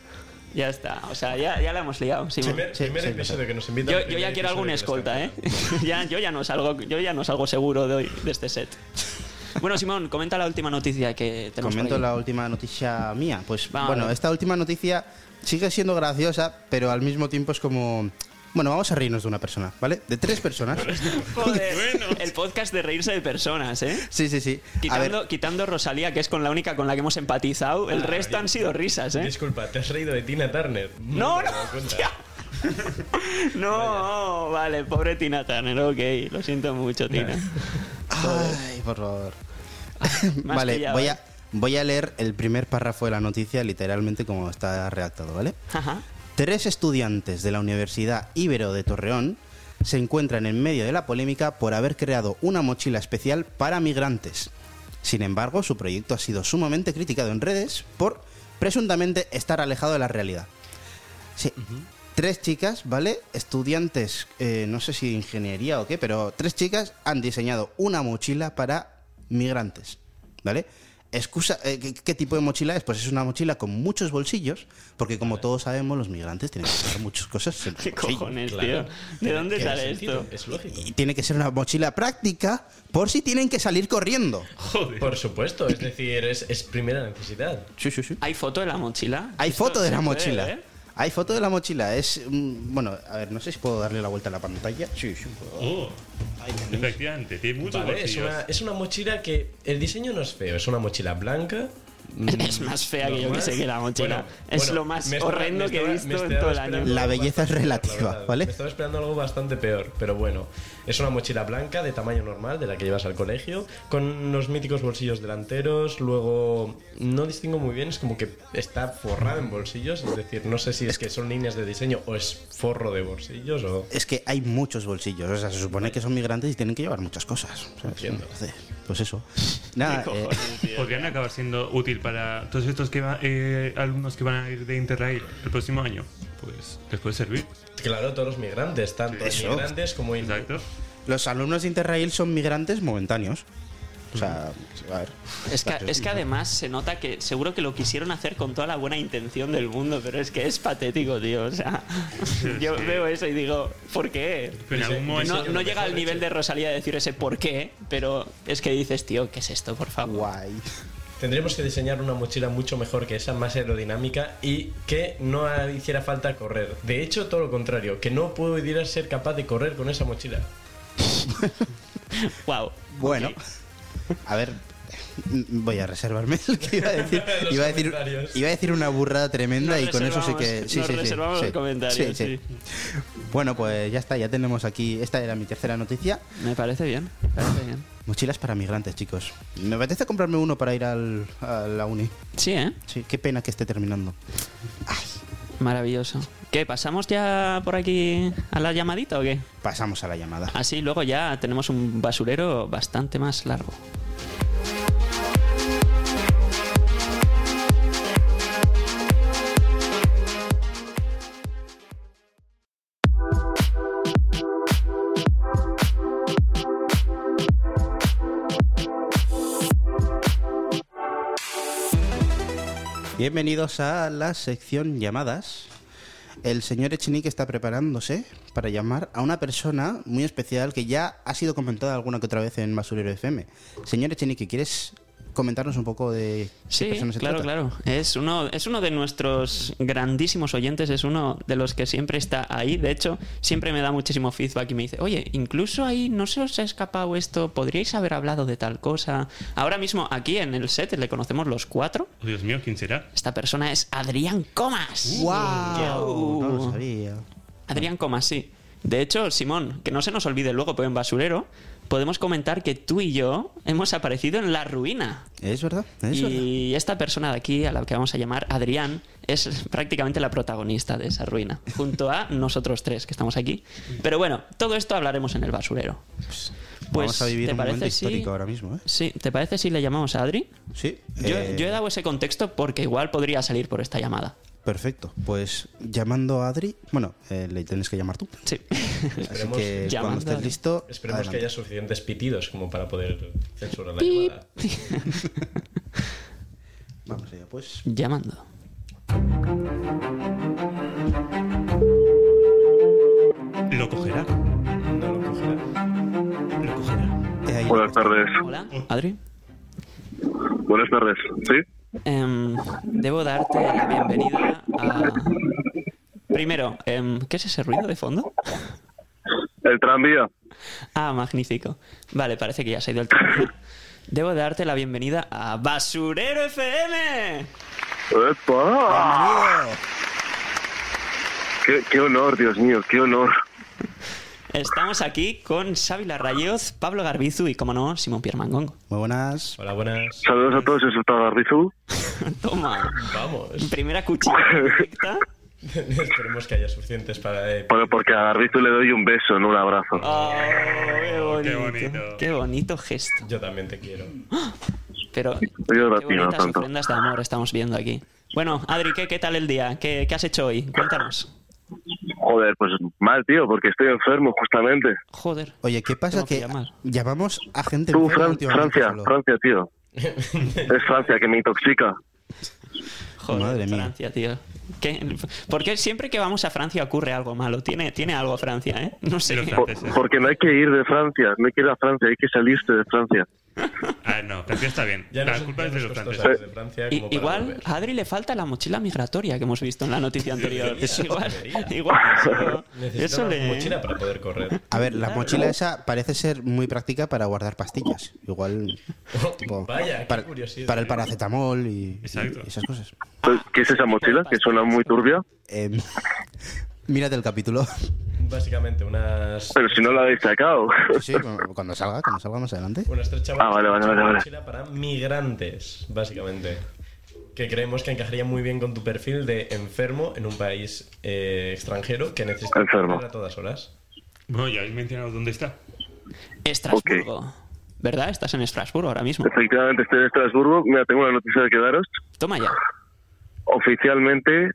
S4: Ya está, o sea, ya, ya la hemos liado. Simón.
S5: Primer,
S2: sí,
S5: primer
S2: sí,
S5: episodio que nos invitan.
S4: Yo, yo
S5: primer
S4: ya quiero
S5: episodio
S4: algún
S5: que nos
S4: escolta, ¿eh?
S5: invitan.
S4: ya, yo, ya no salgo, yo ya no salgo seguro de, hoy, de este set. Bueno, Simón, comenta la última noticia que tenemos. por
S2: Comento
S4: aquí.
S2: la última noticia mía. Pues
S4: Vale.
S2: bueno, esta última noticia sigue siendo graciosa, pero al mismo tiempo es como. Bueno, vamos a reírnos de una persona, ¿vale? De tres personas.
S4: Joder,
S6: Bueno.
S4: el podcast de reírse de personas, ¿eh?
S2: Sí, sí, sí. A ver,
S4: Quitando, quitando Rosalía, que es con la única con la que hemos empatizado, el
S5: Ah,
S4: resto
S5: bien.
S4: han sido risas, ¿eh?
S5: Disculpa, ¿te has reído de Tina Turner?
S4: No,
S5: te
S4: no,
S5: he dado cuenta.
S4: hostia. No, vale, pobre Tina Turner, ok, lo siento mucho, Tina.
S2: Ay, por favor.
S4: me has
S2: vale,
S4: pillado,
S2: voy,
S4: ¿eh?
S2: a, voy a leer el primer párrafo de la noticia literalmente como está redactado, ¿vale?
S4: Ajá.
S2: Tres estudiantes de la Universidad Ibero de Torreón se encuentran en medio de la polémica por haber creado una mochila especial para migrantes. Sin embargo, su proyecto ha sido sumamente criticado en redes por presuntamente estar alejado de la realidad. Sí. Tres chicas, ¿vale? Estudiantes, eh, no sé si de ingeniería o qué, pero tres chicas han diseñado una mochila para migrantes, ¿vale? Excusa, eh, ¿qué, qué tipo de mochila es? Pues es una mochila con muchos bolsillos, porque como todos sabemos, los migrantes tienen que sacar muchas cosas en los
S4: ¿Qué
S2: bolsillos.
S4: cojones,
S5: Claro.
S4: tío? ¿De dónde
S5: Tiene
S4: sale
S5: sentido,
S4: esto?
S5: Es lógico.
S2: Y tiene que ser una mochila práctica por si tienen que salir corriendo.
S6: Joder.
S5: Por supuesto, es decir, es, es primera necesidad.
S2: Sí, sí, sí.
S4: ¿Hay foto de la mochila?
S2: Hay
S4: Esto
S2: foto de
S4: se
S2: la
S4: puede,
S2: mochila.
S4: ¿eh?
S2: Hay foto de la mochila. Es. mm, Bueno, a ver, no sé si puedo darle la vuelta a la pantalla. Sí, sí. puedo.
S6: Oh, efectivamente, tiene muchos
S5: Vale, es
S6: bolsillos.
S5: una, es una mochila que el diseño no es feo, es una mochila blanca. mm,
S4: Es más fea que yo que
S5: normal.
S4: sé que la mochila.
S5: Bueno,
S4: es
S5: bueno,
S4: lo más
S5: me estaba-
S4: horrendo
S5: me
S4: que he
S5: estaba-
S4: visto
S5: me
S4: en
S5: estaba
S4: todo el año.
S5: esperando
S2: La
S5: algo
S2: belleza es
S5: bastante peor, la
S2: relativa,
S5: verdad.
S2: ¿vale?
S5: Me estaba esperando algo bastante peor, pero bueno. Es una mochila blanca de tamaño normal, de la que llevas al colegio, con los míticos bolsillos delanteros. Luego, no distingo muy bien, es como que está forrada en bolsillos. Es decir, no sé si es que son líneas de diseño o es forro de bolsillos o.
S2: Es que hay muchos bolsillos. O sea, se supone que son migrantes y tienen que llevar muchas cosas. ¿sabes?
S5: Entiendo.
S2: Entonces, pues eso. Nada, eh,
S6: Podrían acabar siendo útil para todos estos que va- eh, alumnos que van a ir de Interrail el próximo año. Pues les puede servir.
S5: Claro, todos los migrantes, tanto
S2: Eso.
S5: migrantes como in-
S6: Exacto.
S2: eh, los alumnos de Interrail son migrantes momentáneos. O sea, a ver.
S4: Es que, es que además se nota que seguro que lo quisieron hacer con toda la buena intención del mundo, pero es que es patético, tío. O sea, yo veo eso y digo, ¿por qué?
S6: Pero en algún momento.
S4: No, no llega al nivel de Rosalía de decir ese por qué, pero es que dices, tío, ¿qué es esto, por favor?
S2: Guay.
S5: Tendremos que diseñar una mochila mucho mejor que esa, más aerodinámica y que no ha- hiciera falta correr. De hecho, todo lo contrario, que no pudiera ser capaz de correr con esa mochila.
S4: Wow.
S2: Bueno, a ver, voy a reservarme lo que iba a decir.
S5: Los
S2: iba, a decir
S5: comentarios.
S2: iba a decir una burrada tremenda y con eso sí que. Sí,
S4: nos
S2: sí, sí,
S4: reservamos
S2: sí.
S4: los comentarios.
S2: Sí, sí. Bueno, pues ya está, ya tenemos aquí. Esta era mi tercera noticia.
S4: Me parece bien, me parece bien.
S2: Mochilas para migrantes, chicos. Me apetece comprarme uno para ir al, a la uni.
S4: Sí, ¿eh?
S2: Sí, qué pena que esté terminando.
S4: Maravilloso. ¿Qué? ¿Pasamos ya por aquí a la llamadita o qué?
S2: Pasamos a la llamada.
S4: Así luego ya tenemos un basurero bastante más largo.
S2: Bienvenidos a la sección llamadas. El señor Echenique está preparándose para llamar a una persona muy especial que ya ha sido comentada alguna que otra vez en Basurero FM. Señor Echenique, ¿quieres comentarnos un poco de qué
S4: Sí,
S2: persona pues se
S4: claro,
S2: trata?
S4: claro. Es uno, es uno de nuestros grandísimos oyentes, es uno de los que siempre está ahí. De hecho, siempre me da muchísimo feedback y me dice, oye, incluso ahí no se os ha escapado esto, podríais haber hablado de tal cosa. Ahora mismo aquí en el set le conocemos los cuatro.
S6: Oh, Dios mío, ¿quién será?
S4: Esta persona es Adrián Comas.
S2: ¡Guau! No lo sabía.
S4: Adrián Comas, sí. De hecho, Simón, que no se nos olvide luego, pero en basurero, podemos comentar que tú y yo hemos aparecido en la ruina.
S2: ¿Es verdad? ¿Es verdad?
S4: Y esta persona de aquí, a la que vamos a llamar Adrián, es prácticamente la protagonista de esa ruina, junto a nosotros tres que estamos aquí. Pero bueno, todo esto hablaremos en el basurero. Pues,
S2: Vamos a vivir
S4: ¿te
S2: un momento
S4: parece si-
S2: histórico ahora mismo, ¿eh?
S4: Sí, ¿te parece si le llamamos a Adri?
S2: Sí.
S4: Yo,
S2: eh,
S4: yo he dado ese contexto porque igual podría salir por esta llamada.
S2: Perfecto. Pues llamando a Adri... Bueno, eh, le tienes que llamar tú.
S4: Sí.
S2: Así
S5: Esperemos-
S2: que cuando
S4: Llamando a
S2: estés
S4: Adri.
S2: listo...
S5: Esperemos que
S2: adelante.
S5: haya suficientes pitidos como para poder censurar la llamada.
S2: Vamos allá, pues.
S4: Llamando.
S2: Eh,
S7: tardes.
S4: Hola, Adri.
S7: Buenas tardes. ¿Sí?
S4: Em, debo darte la bienvenida a... Primero, em, ¿qué es ese ruido de fondo?
S7: El tranvía.
S4: Ah, magnífico. Vale, parece que ya se ha ido el tiempo. Debo darte la bienvenida a Basurero FM.
S7: ¡Epa!
S2: Bienvenido.
S7: Qué, qué honor, Dios mío, qué honor.
S4: Estamos aquí con Xavi Larrayoz, Pablo Garbizu y, como no, Simón Piermangongo.
S2: Muy buenas.
S5: Hola, buenas.
S7: Saludos a todos, soy Pablo Garbizu.
S4: Toma,
S5: Vamos.
S4: primera cuchilla directa.
S5: Esperemos que haya suficientes para... eh,
S7: Bueno, porque a Garbizu le doy un beso, no un abrazo.
S4: Oh, qué
S6: Oh, qué
S4: bonito.
S6: bonito.
S4: Qué bonito gesto.
S5: Yo también te quiero.
S4: Pero
S7: Yo
S4: qué
S7: latino
S4: bonitas
S7: tanto.
S4: ofrendas de amor estamos viendo aquí. Bueno, Adri, ¿qué, qué tal el día? ¿Qué, qué has hecho hoy? Cuéntanos.
S7: Joder, pues mal, tío, porque estoy enfermo, justamente.
S4: Joder.
S2: Oye, ¿qué pasa
S4: Tengo que
S2: que
S4: llamar.
S2: llamamos a gente
S7: Tú,
S2: enferma
S7: Fran-
S2: últimamente
S7: Francia,
S2: solo?
S7: Francia, tío. Es Francia que me intoxica.
S4: Joder,
S2: Madre mía.
S4: Francia, tío. ¿Qué- ¿Por qué siempre que vamos a Francia ocurre algo malo? Tiene, tiene algo Francia, ¿eh? No sé.
S6: Lo
S4: qué.
S6: sé.
S7: Por-
S6: Francesa.
S7: porque no hay que ir de Francia, no hay que ir a Francia, hay que salirse de Francia.
S6: Ah, no, Francia está bien.
S5: Ya
S6: la
S5: nos-
S6: culpa
S5: ya
S6: es de
S5: nos
S6: los
S5: costó
S6: franceses.
S5: salir de Francia
S4: I-
S5: como para
S4: igual
S5: volver.
S4: a Adri le falta la mochila migratoria que hemos visto en la noticia anterior. igual,
S5: debería.
S4: igual eso,
S5: Necesito
S4: eso
S5: una
S4: le...
S5: mochila para poder correr.
S2: A ver, la mochila esa parece ser muy práctica para guardar pastillas. Igual. tipo,
S5: Vaya, qué
S2: para,
S5: curiosidad.
S2: para el paracetamol y,
S6: Exacto.
S2: y esas cosas.
S7: Pues, ¿Qué es esa mochila que suena muy turbia?
S2: Eh, mírate el capítulo.
S5: Básicamente unas...
S7: Pero si no la habéis sacado.
S2: Sí, bueno, cuando salga, cuando salga más adelante.
S5: Unas tres chavales
S7: Ah, vale, vale,
S5: que
S7: vale,
S5: usan
S7: vale.
S5: mochila para migrantes, básicamente. Que creemos que encajaría muy bien con tu perfil de enfermo en un país eh, extranjero que necesita
S7: Enfermo.
S5: correr a todas horas.
S6: Bueno, ya habéis mencionado dónde está.
S4: Estrasburgo. ¿Verdad? Estás en Estrasburgo ahora mismo.
S7: Efectivamente, estoy en Estrasburgo. Mira, tengo una noticia que daros.
S4: Toma ya.
S7: Oficialmente,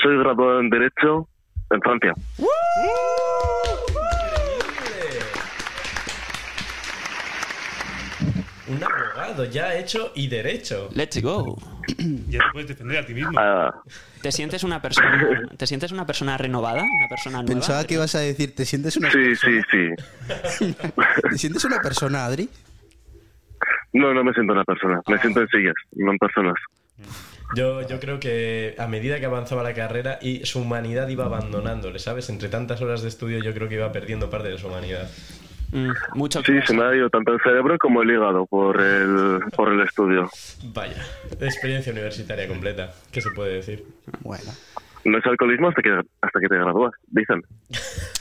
S7: soy graduado en Derecho en Francia.
S5: Un abogado ya hecho y derecho.
S4: Let's go.
S6: Ya te puedes defender a ti mismo.
S7: Ah,
S4: ¿Te sientes una persona, ¿te sientes una persona renovada? ¿Una persona nueva?
S2: Pensaba que ibas a decir, ¿te sientes una
S7: sí, sí,
S2: persona?
S7: sí.
S2: ¿Te sientes una persona, Adri?
S7: No, no me siento una persona. Me siento en sillas, no en personas.
S5: Yo, yo creo que a medida que avanzaba la carrera y su humanidad iba abandonándole, ¿sabes? Entre tantas horas de estudio yo creo que iba perdiendo parte de su humanidad.
S4: Mm, mucho
S7: Sí,
S4: que
S7: se me ha ido tanto el cerebro como el hígado por el, por el estudio.
S5: Vaya, experiencia universitaria completa, ¿qué se puede decir?
S2: Bueno.
S7: No es alcoholismo hasta que, hasta que te gradúas, dicen.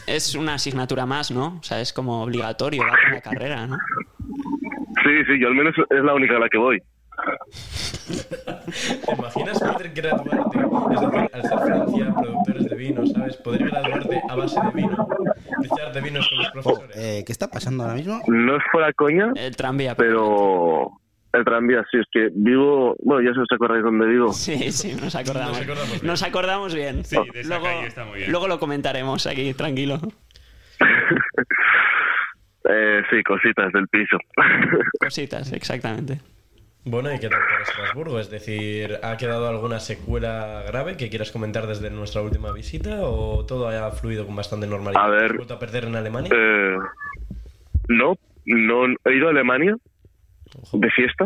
S4: Es una asignatura más, ¿no? O sea, es como obligatorio va con la carrera, ¿no?
S7: Sí, sí, yo al menos es la única a la que voy.
S5: ¿Te imaginas poder graduarte? Es decir, al ser Francia, productores de vino, ¿sabes? Poder graduarte a base de vino, de echar de vinos con los
S2: Oh,
S5: profesores.
S2: eh, ¿Qué está pasando ahora mismo?
S7: No es fuera coña,
S4: El tranvía.
S7: pero el tranvía, sí, es que vivo, bueno, ya se os acordáis dónde vivo.
S4: Sí, sí, nos acordamos.
S5: Nos acordamos bien.
S4: Nos acordamos bien.
S6: Sí, de esa calle está muy bien.
S4: luego lo comentaremos aquí, tranquilo.
S7: Eh, sí, cositas del piso.
S4: Cositas, exactamente.
S5: Bueno, ¿y qué tal por Estrasburgo? Es decir, ¿ha quedado alguna secuela grave que quieras comentar desde nuestra última visita o todo ha fluido con bastante normalidad?
S7: A ver.
S5: ¿Has vuelto a perder en Alemania?
S7: Eh, no, no, he ido a Alemania de fiesta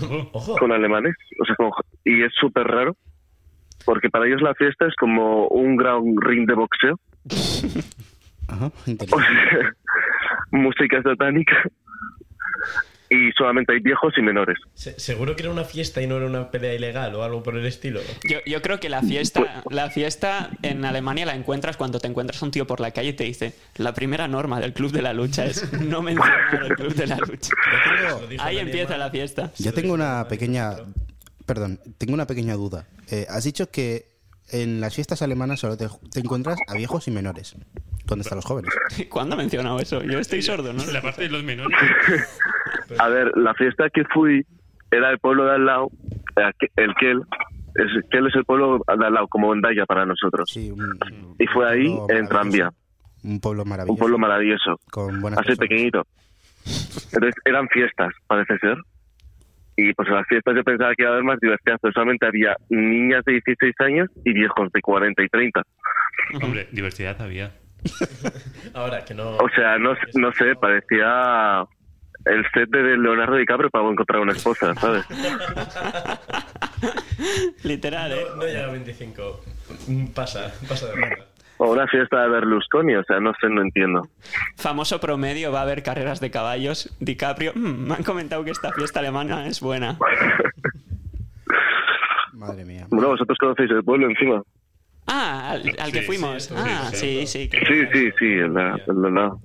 S6: Oh,
S5: Ojo,
S7: con alemanes, o sea, con- y es súper raro, porque para ellos la fiesta es como un gran ring de boxeo,
S2: Ajá,
S7: o
S2: interesante.
S7: sea, música satánica, y solamente hay viejos y menores.
S5: se- seguro que era una fiesta y no era una pelea ilegal o algo por el estilo.
S4: Yo, yo creo que la fiesta, la fiesta en Alemania la encuentras cuando te encuentras a un tío por la calle y te dice la primera norma del club de la lucha es no mencionar el club de la lucha.
S5: Se lo dijo
S4: Ahí
S5: el
S4: empieza la
S5: alemán.
S4: fiesta.
S2: Yo tengo una pequeña. Perdón, tengo una pequeña duda. Eh, has dicho que en las fiestas alemanas solo te, te encuentras a viejos y menores. ¿Dónde están los jóvenes?
S4: ¿Cuándo ha mencionado eso? Yo estoy sordo, ¿no?
S6: La parte de los menores.
S7: A ver, la fiesta que fui era el pueblo de al lado, eh, aqu- el Kel. Es, Kel es el pueblo de al lado, como Ondaya para nosotros.
S2: Sí, un-
S7: Y fue ahí,
S2: pueblo
S7: en
S2: maravilloso.
S7: tranvía.
S2: Un pueblo maravilloso.
S7: Un pueblo maravilloso,
S2: Con buenas
S7: así
S2: personas.
S7: pequeñito. Entonces eran fiestas, parece ser. Y pues en las fiestas yo pensaba que iba a haber más diversidad, pero solamente había niñas de 16 años y viejos de 40 y 30.
S6: Hombre, diversidad había.
S5: Ahora, que no...
S7: O sea, no, no sé, parecía el set de Leonardo DiCaprio para encontrar una esposa, ¿sabes?
S4: Literal, ¿eh?
S5: No, no llega a 25. Mm, Pasa, pasa de ronda.
S7: O una fiesta de Berlusconi, o sea, no sé, no entiendo.
S4: Famoso promedio, va a haber carreras de caballos. DiCaprio, "Mm, me han comentado que esta fiesta alemana es buena.
S2: Madre mía.
S7: Bueno, vosotros conocéis el pueblo encima.
S4: Ah, al, al que
S6: Sí,
S4: fuimos.
S6: sí,
S4: ah, sí,
S6: sí,
S4: sí. que-
S7: Sí, sí, sí, el la- el de al lado.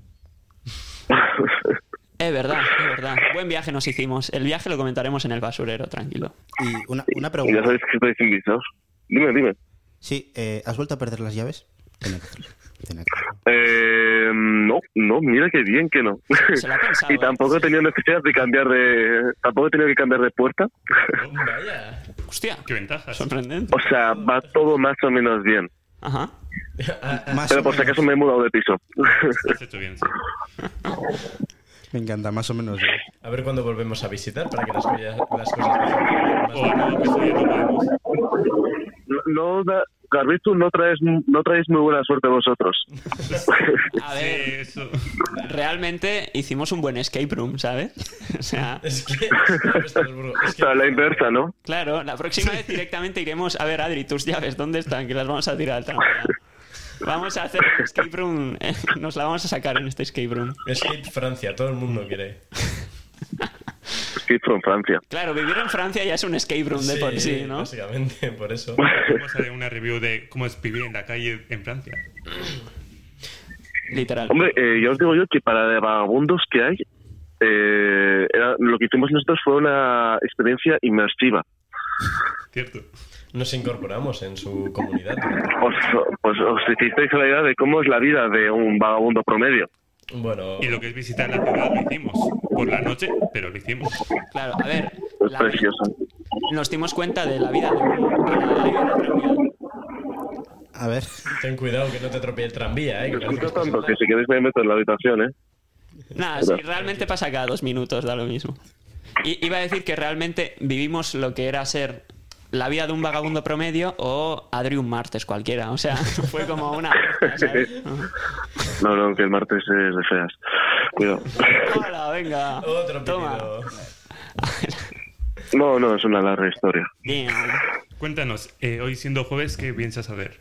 S4: Es verdad, es verdad. Buen viaje nos hicimos. El viaje lo comentaremos en el basurero, tranquilo.
S2: Y una, una
S7: Y ya
S2: pregunta.
S7: sabéis que estáis invitados. Dime, dime.
S2: Sí, eh, ¿has vuelto a perder las llaves? Tenía que hacerlo, tenía que hacerlo.
S7: Eh, no, no, mira qué bien que no.
S4: Se lo ha pensado,
S7: y
S4: ¿eh?
S7: tampoco he tenido necesidad de cambiar de. Tampoco he tenido que cambiar de puerta.
S5: Oh, Vaya.
S4: Hostia,
S6: ¿Qué ventajas?
S4: sorprendente.
S7: O sea, va todo más o menos bien.
S4: Ajá.
S5: Ah, ah,
S2: Más
S7: Pero
S2: o
S7: por si
S2: menos.
S7: acaso me he mudado de piso.
S6: Has hecho bien, sí.
S2: Me encanta, más o menos.
S5: A ver cuándo volvemos a visitar para que las, colla- las cosas vayan
S6: O
S5: más
S6: no, pues ya no podemos.
S7: No, da- Garbis, tú no traes, no traéis muy buena suerte vosotros.
S4: A
S6: Sí,
S4: ver,
S6: eso.
S4: realmente hicimos un buen escape room, ¿sabes? O sea,
S5: Es que. Es
S7: O sea, la inversa, ¿no?
S4: claro, la próxima vez directamente iremos. A ver, Adri, tus llaves, ¿dónde están? Que las vamos a tirar al tranvía. Vamos a hacer un escape room. eh, Nos la vamos a sacar en este escape room.
S5: Es que Francia, todo el mundo quiere.
S7: Escape from Francia.
S4: Claro, vivir en Francia ya es un escape room de por sí, ¿no?
S5: Básicamente, por eso.
S6: Vamos a hacer una review de cómo es vivir en la calle en Francia.
S4: Literal.
S7: Hombre, eh, yo os digo yo que para de vagabundos que hay, eh, era- lo que hicimos nosotros fue una experiencia inmersiva.
S6: Cierto.
S5: Nos incorporamos en su comunidad.
S7: Os, pues os hicisteis a la idea de cómo es la vida de un vagabundo promedio.
S5: Bueno,
S6: Y lo que es visitar la ciudad lo hicimos. Por la noche, pero lo hicimos.
S4: Claro, a ver,
S7: Es
S4: la-
S7: precioso.
S4: nos dimos cuenta de la vida de un-
S2: A ver,
S5: ten cuidado que no te tropie el tranvía, ¿eh?
S7: Te
S5: Que parece que
S7: escucho
S5: estás
S7: tanto que
S5: hablando.
S7: si queréis me meto en la habitación, ¿eh?
S4: Nada, si realmente pasa cada dos minutos, da lo mismo. I- iba a decir que realmente vivimos lo que era ser la vida de un vagabundo promedio o Adri un martes cualquiera. O sea, fue como una. mezcla, ¿sabes?
S7: No, no, que el martes es de feas. Cuidado.
S4: Hola, venga.
S5: Otro
S4: Toma.
S5: pedido.
S7: No, no, es una larga historia.
S4: Bien.
S6: Cuéntanos, eh, hoy siendo jueves, ¿qué piensas hacer?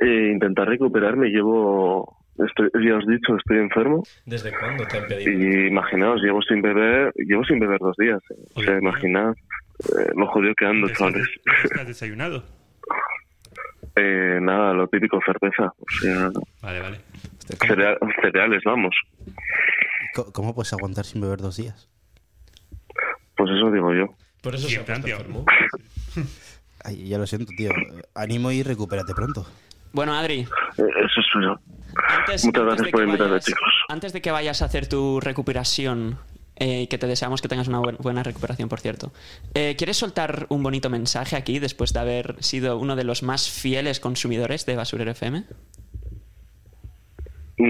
S7: Eh, intentar recuperarme, llevo... Estoy, ya os he dicho, estoy enfermo.
S5: ¿Desde cuándo te han pedido?
S7: Y imaginaos, llevo sin beber, llevo sin beber dos días. eh. O sea,
S6: Oye.
S7: imaginad eh, lo jodido que ando,
S6: ¿Estás,
S7: chavales.
S6: estás desayunado?
S7: Eh, nada, lo típico, cerveza. O sea,
S6: Vale, vale.
S7: cereal- cereales, vamos.
S2: co- ¿cómo puedes aguantar sin beber dos días?
S7: Pues eso digo yo.
S5: Por eso
S6: Y
S5: se
S6: en
S5: ha puesto
S6: Francia.
S5: enfermo.
S2: Ay, ya lo siento, tío. Ánimo y recupérate pronto.
S4: Bueno, Adri,
S7: Eh, Eso es todo.
S4: antes,
S7: Muchas
S4: antes
S7: gracias
S4: de
S7: por
S4: que
S7: invitarme,
S4: vayas-
S7: chicos.
S4: Antes de que vayas a hacer tu recuperación, eh, que te deseamos que tengas una buen- buena recuperación, por cierto. eh, ¿Quieres soltar un bonito mensaje aquí después de haber sido uno de los más fieles consumidores de Basurero FM?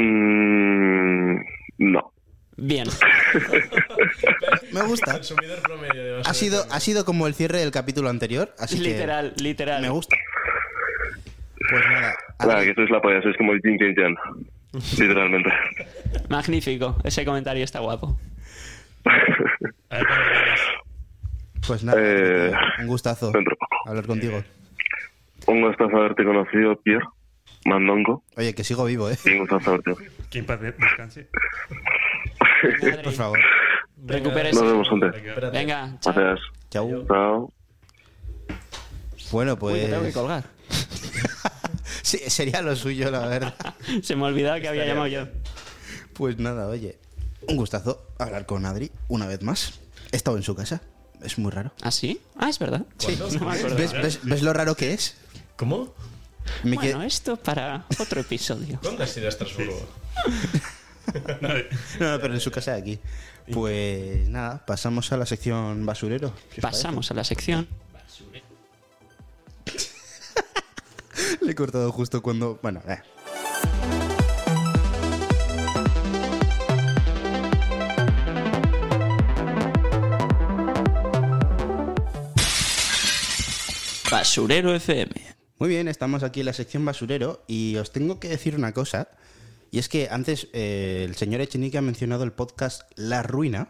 S7: Mm, no.
S4: Bien.
S2: Me gusta.
S5: Consumidor promedio de basura.
S2: Ha sido, ha sido como el cierre del capítulo anterior, así que
S4: literal, literal.
S2: me gusta. Pues nada,
S7: Nada,
S2: Adri,
S7: que sois la polla, sois como el Jin Jin Jan. Literalmente.
S4: Magnífico. Ese comentario está guapo.
S6: A ver cuándo llegas.
S2: pues nada,
S7: Eh,
S2: tío, un gustazo
S7: dentro.
S2: hablar contigo.
S7: Un gustazo haberte conocido, Pierre. Mandongo.
S2: Oye, que sigo vivo, eh.
S7: Y un gustazo haberte.
S6: ¿Quién paz descanse?
S4: Adri,
S2: Por favor.
S5: Venga,
S4: recupérese.
S7: Nos vemos antes.
S6: Venga.
S5: espérate.
S4: Venga, chao.
S7: Gracias.
S2: Chao.
S7: Chao.
S2: Bueno,
S4: Uy, que tengo que
S2: pues.
S4: colgar.
S2: Sí, sería lo suyo, la verdad.
S4: Se me olvidaba que había llamado yo.
S2: Pues nada, oye. Un gustazo hablar con Adri una vez más. He estado en su casa. Es muy raro.
S4: ¿Ah, sí? Ah, es verdad. Sí, no me acuerdo.
S2: ¿Ves, ves- ves lo raro que es?
S5: ¿Cómo?
S2: Me
S4: Bueno,
S2: qued-
S4: esto para otro episodio.
S5: ¿Cuándo has ido a Estrasburgo?
S6: No, eh,
S2: No, no, pero en su casa de aquí. Pues nada, pasamos a la sección basurero. ¿Qué os
S4: Pasamos a la sección.
S2: parece? Le he cortado justo cuando. Bueno, eh.
S4: Basurero FM.
S2: Muy bien, estamos aquí en la sección basurero y os tengo que decir una cosa. Y es que antes eh, el señor Echenique ha mencionado el podcast La Ruina.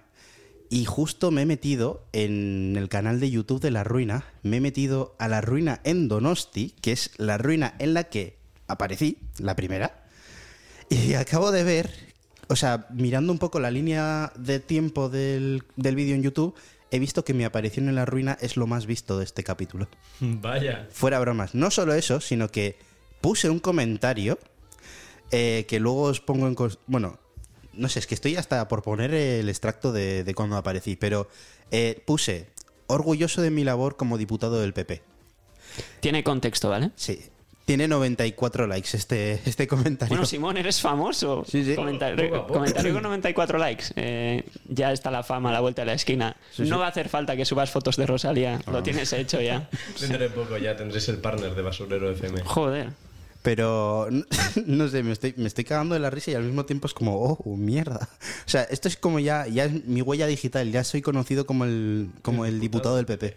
S2: Y justo me he metido en el canal de YouTube de La Ruina. Me he metido a La Ruina en Donosti, que es la ruina en la que aparecí, la primera. Y acabo de ver, o sea, mirando un poco la línea de tiempo del, del vídeo en YouTube, he visto que mi aparición en la ruina es lo más visto de este capítulo.
S5: Vaya.
S2: Fuera bromas. No solo eso, sino que puse un comentario eh, que luego os pongo en... cons- Bueno, no sé, es que estoy hasta por poner el extracto de, de cuando aparecí, pero eh, puse orgulloso de mi labor como diputado del PP.
S4: Tiene contexto, ¿vale?
S2: Sí. Tiene 94 likes este, este comentario.
S4: Bueno, Simón, eres famoso.
S2: Sí, sí.
S4: Comentario,
S5: Poco a poco.
S4: comentario con 94 likes. Eh, ya está la fama a la vuelta de la esquina. no va a hacer falta que subas fotos de Rosalía.
S2: Ah.
S4: Lo tienes hecho ya.
S5: Dentro de poco ya tendréis el partner de Basurero FM.
S4: Joder.
S2: Pero n- no sé, me estoy, me estoy cagando de la risa y al mismo tiempo es como, oh, mierda. O sea, esto es como ya, ya es mi huella digital, ya soy conocido como el, como el diputado del PP.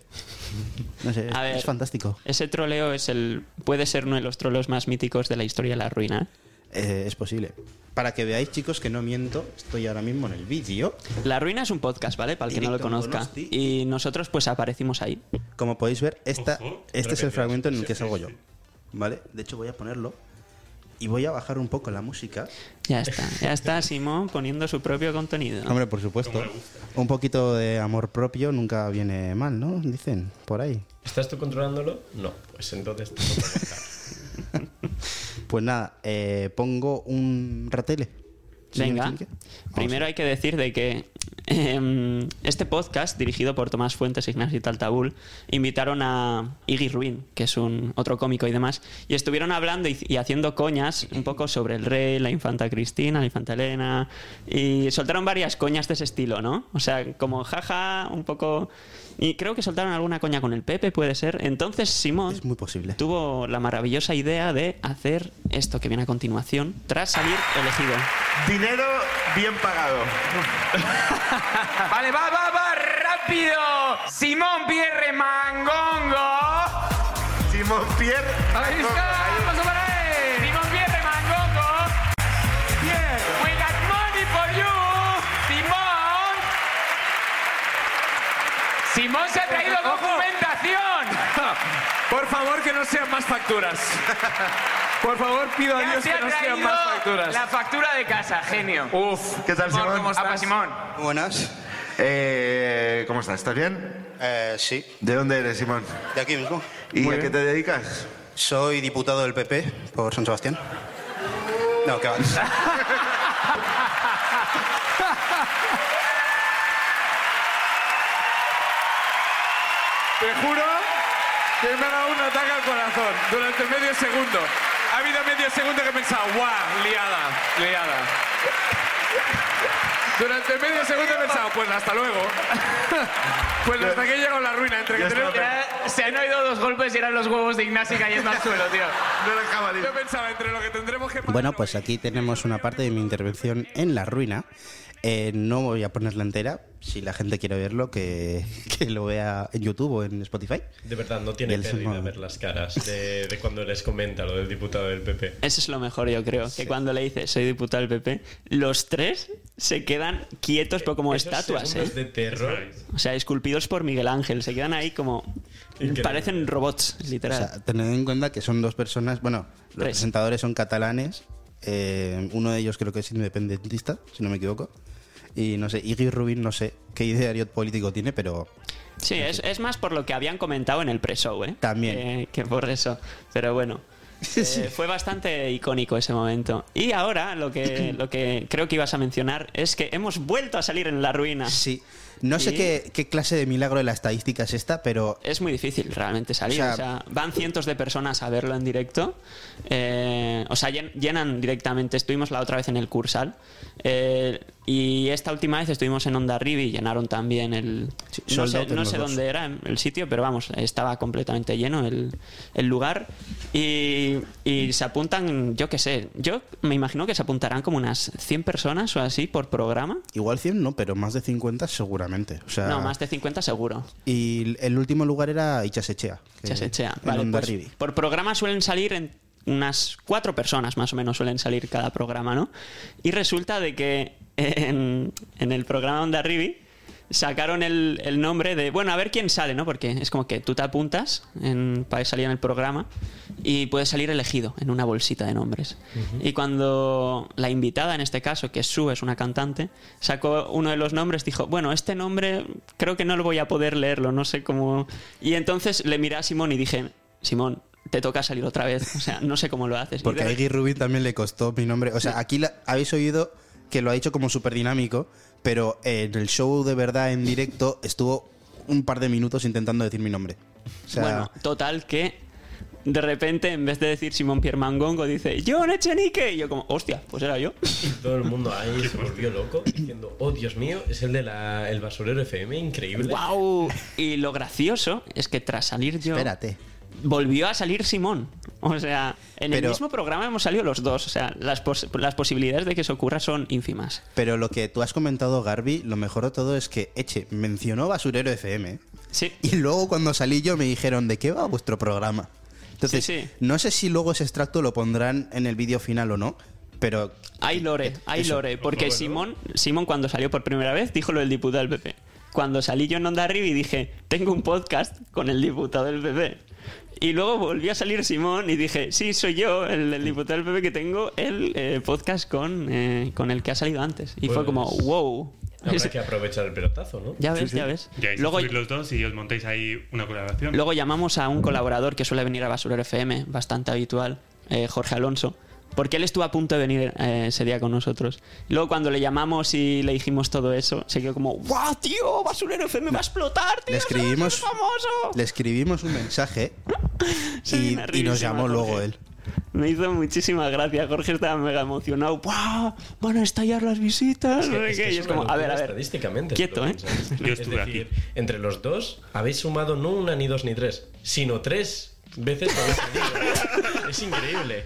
S2: No sé,
S4: A
S2: es,
S4: ver.
S2: es fantástico.
S4: Ese troleo es el, puede ser uno de los troleos más míticos de la historia de la ruina.
S2: Eh, es posible. Para que veáis, chicos, que no miento, estoy ahora mismo en el vídeo.
S4: La ruina es un podcast, ¿vale? Para el que no lo
S2: Directo en
S4: conozca.
S2: Donosti.
S4: Y nosotros pues aparecimos ahí.
S2: Como podéis ver, esta,
S6: Ojo,
S2: este es el
S5: repetidas.
S2: fragmento en el que salgo yo. ¿Vale? De hecho, voy a ponerlo y voy a bajar un poco la música.
S4: Ya está. Ya está Simón poniendo su propio contenido.
S2: Hombre, por supuesto. Un poquito de amor propio nunca viene mal, ¿no? Dicen, por ahí.
S5: ¿Estás tú controlándolo? No, pues entonces te toca contar.
S2: Pues nada, eh, pongo un ratele.
S4: Venga.
S2: Señor Chinque.
S4: Primero hay que decir de que em, este podcast, dirigido por Tomás Fuentes, Ignacio Taltabul, invitaron a Iggy Ruin, que es un otro cómico y demás, y estuvieron hablando y, y haciendo coñas un poco sobre el rey, la infanta Cristina, la infanta Elena, y soltaron varias coñas de ese estilo, ¿no? O sea, como jaja, un poco... Y creo que soltaron alguna coña con el Pepe, puede ser. Entonces, Simón...
S2: Es muy posible.
S4: Tuvo la maravillosa idea de hacer esto que viene a continuación tras salir elegido.
S8: Dinero bien pagado. vale, va, va, va, rápido. Simón Pierre Mangongo. Simón Pierre. Ahí está, vamos para él. Simón Pierre Mangongo. Pierre. We got money for you, Simón. Simón se ha traído documentación. Por favor, que no sean más facturas. Por favor, pido a Dios que no sean más facturas. La factura de casa, genio. Uf, ¿qué tal, Simón? ¿Cómo estás? Ah, pues, Simón.
S2: Buenas. Eh,
S9: Eh, ¿Cómo estás? ¿Estás bien?
S2: sí,
S9: ¿De dónde eres, Simón?
S2: de aquí mismo.
S9: ¿Y a qué te dedicas?
S2: Soy diputado del PP por San Sebastián. No, ¿qué va?
S8: Te juro que me ha dado un ataque al corazón durante medio segundo. Ha habido medio segundo que he pensado, guau, liada, liada. Durante medio segundo he pensado, pues hasta luego. Pues hasta aquí llegó la ruina. Entre que
S9: Ya
S8: tenemos-
S9: está.
S8: se han oído dos golpes y eran los huevos de Ignacio cayendo al suelo, tío.
S9: No era jabalí.
S8: Yo pensaba, entre lo que tendremos que pagar
S2: Bueno,
S8: hoy-
S2: pues aquí tenemos una parte de mi intervención en la ruina. Eh, no voy a ponerla entera. Si la gente quiere verlo, que, que lo vea en YouTube o en Spotify.
S5: De verdad, no tiene
S2: El
S5: pérdida
S2: Simón.
S5: ver las caras de, de cuando les comenta lo del diputado del PP.
S4: Eso es lo mejor, yo creo. Que cuando le dice soy diputado del PP, los tres se quedan quietos, pero como
S5: Esos
S4: estatuas,
S5: segundos
S4: ¿eh?
S5: de terror.
S4: O sea, esculpidos por Miguel Ángel. Se quedan ahí como.
S5: Increíble.
S4: Parecen robots,
S2: O
S4: literal.
S2: sea, tened en cuenta que son dos personas. Bueno, los
S4: Tres.
S2: presentadores son catalanes. eh, uno de ellos creo que es independentista, si no me equivoco. Y no sé, Iggy Rubin, no sé qué ideario político tiene, pero
S4: sí, es, es más por lo que habían comentado en el pre-show, ¿eh?
S2: También.
S4: Eh, que por eso. Pero bueno. eh, fue bastante icónico ese momento. Y ahora lo que, lo que creo que ibas a mencionar es que hemos vuelto a salir en la ruina.
S2: sí. No sé
S4: ¿Y?
S2: qué, qué clase de milagro de la estadística es esta, pero
S4: es muy difícil realmente salir.
S2: O
S4: O
S2: sea-
S4: sea, van cientos de personas a verlo en directo. Eh, o sea, llen- llenan directamente. Estuvimos la otra vez en el Cursal. Eh, y esta última vez estuvimos en Onda Rivi y llenaron también el.
S2: Sí,
S4: no
S2: sold
S4: sé,
S2: out en
S4: no
S2: los
S4: sé
S2: dos.
S4: dónde era el sitio, pero vamos, estaba completamente lleno el, el lugar. Y, y se apuntan, yo qué sé. Yo me imagino que se apuntarán como unas 100 personas o así por programa.
S2: igual 100 no, pero más de 50 seguramente. O sea,
S4: No, más de 50 seguro.
S2: Y el último lugar era Ichasechea. que-
S4: Chasechea.
S2: En
S4: Vale,
S2: Onda
S4: pues,
S2: Ribi.
S4: por programa suelen salir en- unas cuatro personas más o menos suelen salir cada programa, ¿no? Y resulta de que en, en el programa Onda Ribi sacaron el, el nombre de, bueno, a ver quién sale, ¿no? Porque es como que tú te apuntas en, para salir en el programa y puedes salir elegido en una bolsita de nombres. Y cuando la invitada, en este caso, que es Sue, es una cantante, sacó uno de los nombres, dijo, bueno, este nombre creo que no lo voy a poder leerlo, no sé cómo... Y entonces le miré a Simón y dije, Simón, te toca salir otra vez, o sea, no sé cómo lo haces. Y
S2: Porque
S4: de
S2: a Iggy Rubin también le costó mi nombre. O sea, aquí la- habéis oído que lo ha hecho como súper dinámico, pero en el show de verdad en directo estuvo un par de minutos intentando decir mi nombre. O sea,
S4: bueno, total que de repente, en vez de decir Simón Pierre Mangongo, dice John Echenique. Y yo, como, hostia, pues era yo.
S5: Todo el mundo ahí se volvió loco diciendo, oh Dios mío, es el de la, el basurero FM, increíble.
S4: ¡Wow! Y lo gracioso es que tras salir yo.
S2: espérate.
S4: Volvió a salir Simón. O sea, en el
S2: Pero-
S4: mismo programa hemos salido los dos. O sea, las, pos- las posibilidades de que eso ocurra son ínfimas.
S2: Pero lo que tú has comentado, Garby, lo mejor de todo es que Eche mencionó Basurero FM
S4: Sí.
S2: y luego cuando salí yo me dijeron, ¿de qué va vuestro programa? Entonces,
S4: Sí, sí.
S2: no sé si luego ese extracto lo pondrán en el vídeo final o no, pero
S4: Hay lore, hay
S2: Eso.
S4: lore. Porque
S6: Bueno.
S4: Simón, Simón cuando salió por primera vez, dijo lo del diputado del PP. Cuando salí yo en Onda Rivi dije, tengo un podcast con el diputado del PP. Y luego volvió a salir Simón y dije, sí, soy yo, el, el diputado del PP que tengo el eh, podcast con, eh, con el que ha salido antes. Y fue
S5: Pues-
S4: como, wow.
S5: Habrá
S4: Es-
S5: que aprovechar el pelotazo, ¿no?
S4: ya ves, ya ves.
S6: Ya vais a
S4: Luego,
S6: subir los dos y os montáis ahí una colaboración.
S4: Luego llamamos a un colaborador que suele venir a Basurero FM, bastante habitual, eh, Jorge Alonso, porque él estuvo a punto de venir eh, ese día con nosotros. Luego cuando le llamamos y le dijimos todo eso, se quedó como, ¡guau, tío! Basurero FM va a explotar, tío.
S2: Le
S4: se va a hacer
S2: escribimos-
S4: famoso!
S2: le escribimos un mensaje
S4: Sí,
S2: y,
S4: una
S2: y nos
S4: risísima,
S2: llamó luego
S4: Jorge.
S2: él.
S4: Me hizo muchísima gracia, Jorge estaba mega emocionado. ¡Guau! Van a estallar las visitas.
S5: Es
S4: no
S5: que-
S4: sé
S5: es
S4: qué.
S5: que
S4: Y
S5: es
S4: es
S5: una
S4: como, a ver,
S5: locura
S4: a ver.
S5: Estadísticamente.
S4: Quieto,
S5: si lo
S4: ¿eh?
S5: piensas.
S6: Yo estuve
S5: es decir, entre los dos habéis sumado no una, ni dos, ni tres, sino tres veces. lo habéis tenido. es increíble.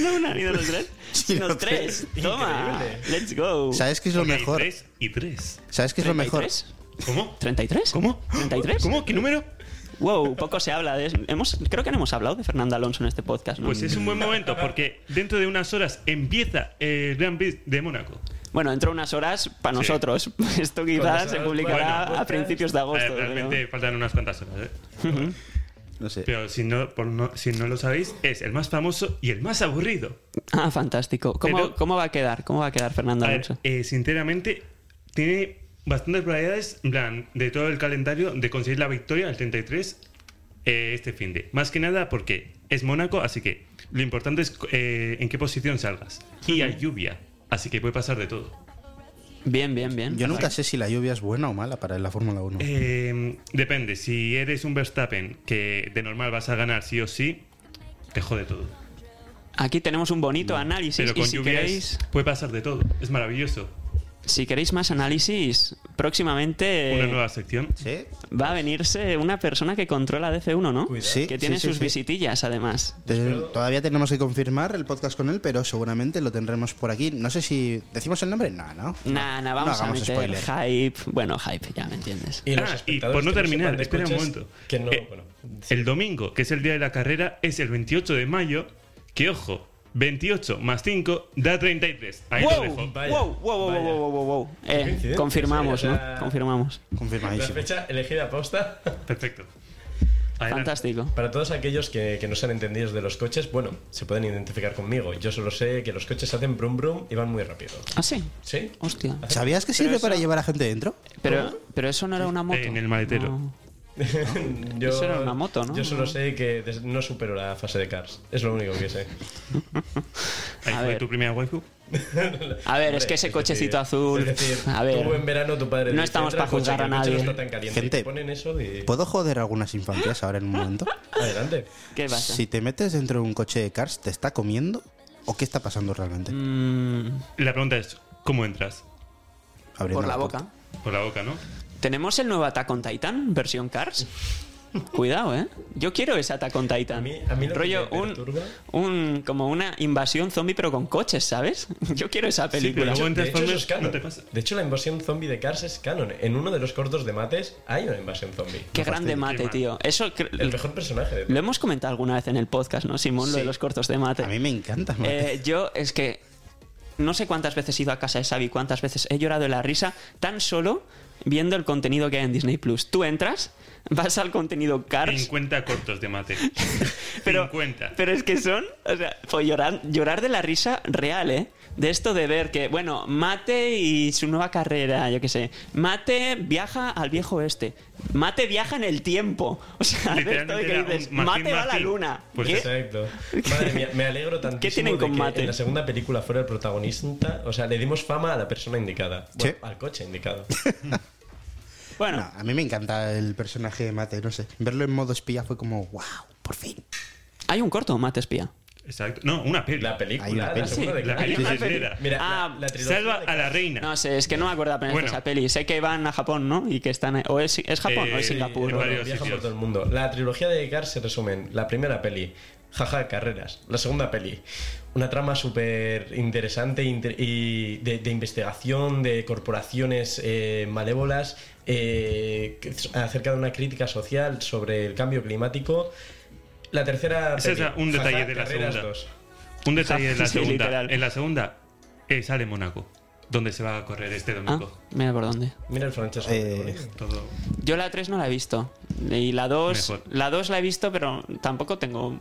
S4: No, una, ni dos, ni tres.
S2: Sí,
S4: Sino
S2: no,
S4: tres. Toma.
S5: Increíble.
S4: Let's go.
S2: ¿Sabes qué es lo
S6: Porque hay
S2: mejor?
S6: Tres y tres.
S2: ¿Sabes qué es lo mejor?
S4: ¿33?
S6: ¿Cómo?
S4: ¿33?
S6: ¿Cómo?
S4: ¿33?
S6: ¿Cómo? ¿Qué número?
S4: Wow, poco se habla de eso. Hemos, creo que no hemos hablado de Fernando Alonso en este podcast. ¿no?
S6: Pues es un buen momento porque dentro de unas horas empieza el Gran Prix de Mónaco.
S4: Bueno, dentro de unas horas para
S6: Sí.
S4: nosotros. Esto quizás
S5: Cuando
S4: se
S5: salga-
S4: publicará
S6: Bueno,
S4: a principios de
S6: Eh,
S4: agosto.
S6: realmente
S4: pero-
S6: faltan unas cuantas horas. ¿eh?
S2: No sé.
S6: Pero si no, por no- si no lo sabéis, es el más famoso y el más aburrido.
S4: Ah, fantástico. ¿Cómo,
S6: Pero-
S4: ¿Cómo va a quedar? ¿Cómo va a quedar Fernando
S6: A ver,
S4: Alonso?
S6: eh, sinceramente, tiene bastantes probabilidades, en plan, de todo el calendario, de conseguir la victoria al 33 eh, este fin de. Más que nada porque es Mónaco, así que lo importante es eh, en qué posición salgas. Y hay lluvia, así que puede pasar de todo.
S4: Bien, bien, bien.
S2: Yo nunca sé si la lluvia es buena o mala para la Fórmula 1.
S6: Eh, depende, si eres un Verstappen que de normal vas a ganar sí o sí, te jode todo.
S4: Aquí tenemos un bonito análisis.
S6: Pero
S4: y
S6: con
S4: si
S6: lluvia es-
S4: queréis,
S6: puede pasar de todo, es maravilloso.
S4: si queréis más análisis, próximamente
S6: Una
S4: eh,
S6: nueva sección.
S2: ¿Sí?
S4: va a venirse una persona que controla DF1, ¿no?
S5: Cuidado.
S2: Sí,
S4: que tiene
S2: sí, sí,
S4: sus
S2: sí.
S4: visitillas, además.
S2: Entonces, todavía tenemos que confirmar el podcast con él, pero seguramente lo tendremos por aquí. No sé si decimos el nombre. No, no.
S4: Nah, nah,
S2: No
S4: vamos a
S2: hagamos
S4: meter
S2: spoiler.
S4: hype. Bueno, hype, ya me entiendes.
S5: Y, los
S6: Ah, y
S5: espectadores
S6: por no
S5: que
S6: terminar,
S5: sepan de
S6: espera un
S5: coches,
S6: momento.
S5: Que no,
S6: Eh,
S5: bueno,
S6: El domingo, que es el día de la carrera, es el 28 de mayo, que ojo, 28 más 5 da 33. Ahí lo dejo.
S5: vaya,
S4: wow, wow, wow,
S5: vaya.
S4: wow, wow, wow.
S5: Qué
S4: Eh,
S5: coincidencia,
S4: confirmamos,
S5: sí, o
S4: ¿no?
S5: sea-
S4: Confirmamos.
S5: la
S2: Confirmadísimo.
S5: fecha elegida posta.
S6: Perfecto. Adelante.
S4: Fantástico.
S5: Para todos aquellos que, que no sean entendidos de los coches, bueno, se pueden identificar conmigo. Yo solo sé que los coches hacen brum brum y van muy rápido.
S4: Ah, sí.
S5: ¿Sí?
S4: Hostia.
S2: ¿Sabías que sirve
S4: eso-
S2: para llevar a gente dentro?
S4: Pero, pero eso no era una moto.
S6: En el maletero.
S4: No.
S5: Yo,
S4: Eso era una moto, ¿no?
S5: Yo solo sé que des- no supero la fase de Cars. Es lo único que sé.
S6: Ahí
S4: A
S6: fue
S4: ver.
S6: tu primera waifu.
S4: A ver, es
S5: Hombre,
S4: que ese cochecito
S5: decir-
S4: azul.
S5: es decir,
S4: A
S5: tú
S4: ver.
S5: en verano tu padre
S4: No
S5: dice,
S4: estamos
S5: "Entra
S4: pa'
S5: el coche,
S4: juzgar
S5: que
S4: a
S5: el coche no
S4: nadie".
S5: está tan caliente.
S2: Gente,
S5: Y te ponen eso y...
S2: ¿Puedo joder algunas infancias ahora en un momento?
S5: Adelante.
S4: ¿Qué pasa?
S2: Si te metes dentro de un coche de Cars, ¿te está comiendo? ¿O qué está pasando realmente?
S4: Mm,
S6: La pregunta es, ¿cómo entras?
S2: Abriendo
S4: por la
S2: puerta.
S4: boca.
S6: Por la boca, ¿no?
S4: ¿Tenemos el nuevo Attack on Titan, versión Cars? Cuidado, ¿eh? Yo quiero ese Attack on Titan.
S5: A mí- a mí lo que
S4: Rollo,
S5: me
S4: un,
S5: perturba-
S4: un- como una invasión zombie, pero con coches, ¿sabes? Yo quiero esa
S6: pero
S4: película.
S6: yo- en
S5: De hecho, eso
S6: Transformers
S5: es canon.
S6: no te pasa.
S5: De hecho, la invasión zombie de Cars es canon. En uno de los cortos de mates hay una invasión zombie.
S4: Qué grande mate,
S6: mal.
S4: tío. Eso cre-
S5: El mejor personaje de
S4: lo hemos comentado alguna vez en el podcast, ¿no, Simón? Lo de
S2: Sí.
S4: los cortos de mate.
S2: A mí me encanta. mate.
S4: Eh, yo es que no sé cuántas veces he ido a casa de Xavi, cuántas veces he llorado de la risa, tan solo viendo el contenido que hay en Disney Plus. Tú entras, vas al contenido Cars,
S6: 50 cortos de mate.
S4: pero,
S6: 50.
S4: pero es que son, o sea, fue llorar, llorar de la risa real, ¿eh? De esto de ver que, bueno, Mate y su nueva carrera, yo qué sé. Mate viaja al viejo oeste. Mate viaja en el tiempo. O sea, de esto de
S6: Literalmente
S4: que
S6: era
S4: dices,
S6: un Martín
S4: Mate va a la
S6: Martín.
S4: luna.
S6: Pues
S4: ¿Qué?
S5: Exacto. Madre mía, me alegro tantísimo
S4: ¿Qué tienen
S5: de
S4: con
S5: que
S4: mate?
S5: en la segunda película fuera el protagonista. O sea, le dimos fama a la persona indicada. Bueno,
S2: Sí.
S5: al coche indicado.
S4: Bueno,
S2: No, a mí me encanta el personaje de Mate, no sé. Verlo en modo espía fue como, wow, por fin.
S4: hay un corto, Mate espía.
S6: Exacto. No, una peli.
S5: La película,
S2: Hay una
S5: la
S2: peli.
S5: segunda de
S6: La
S5: Cars.
S6: película
S4: Hay una peli.
S6: entera.
S5: Mira,
S4: Ah,
S5: la, la trilogía
S6: Salva
S5: de
S6: a la reina.
S4: No sé, es que no me acuerdo apenas
S6: Eh, Bueno.
S4: de esa peli. Sé que van a Japón, ¿no? Y que están. O es, ¿es Japón o
S6: Eh,
S4: es Singapur.
S6: en
S4: ¿no?
S6: varios
S5: Viajan por
S6: sitios.
S5: todo el mundo. La trilogía de Cars se resumen. La primera peli, jaja, carreras. La segunda peli, una trama súper interesante e inter- y de, de investigación de corporaciones eh, malévolas eh, que- acerca de una crítica social sobre el cambio climático. La tercera
S6: Ese
S5: peli,
S6: es un
S5: jaja,
S6: detalle de la
S5: carreras
S6: segunda.
S5: dos.
S6: Un detalle en la
S4: Sí,
S6: segunda.
S4: literal.
S6: En la segunda eh, sale Mónaco, donde se va a correr este
S4: Ah,
S6: domingo.
S4: mira por dónde.
S5: Mira el francés.
S2: Eh,
S4: Ah.
S6: Todo.
S4: Yo la 3 no la he visto. Y la 2.
S6: Mejor.
S4: La 2 la he visto, pero tampoco tengo.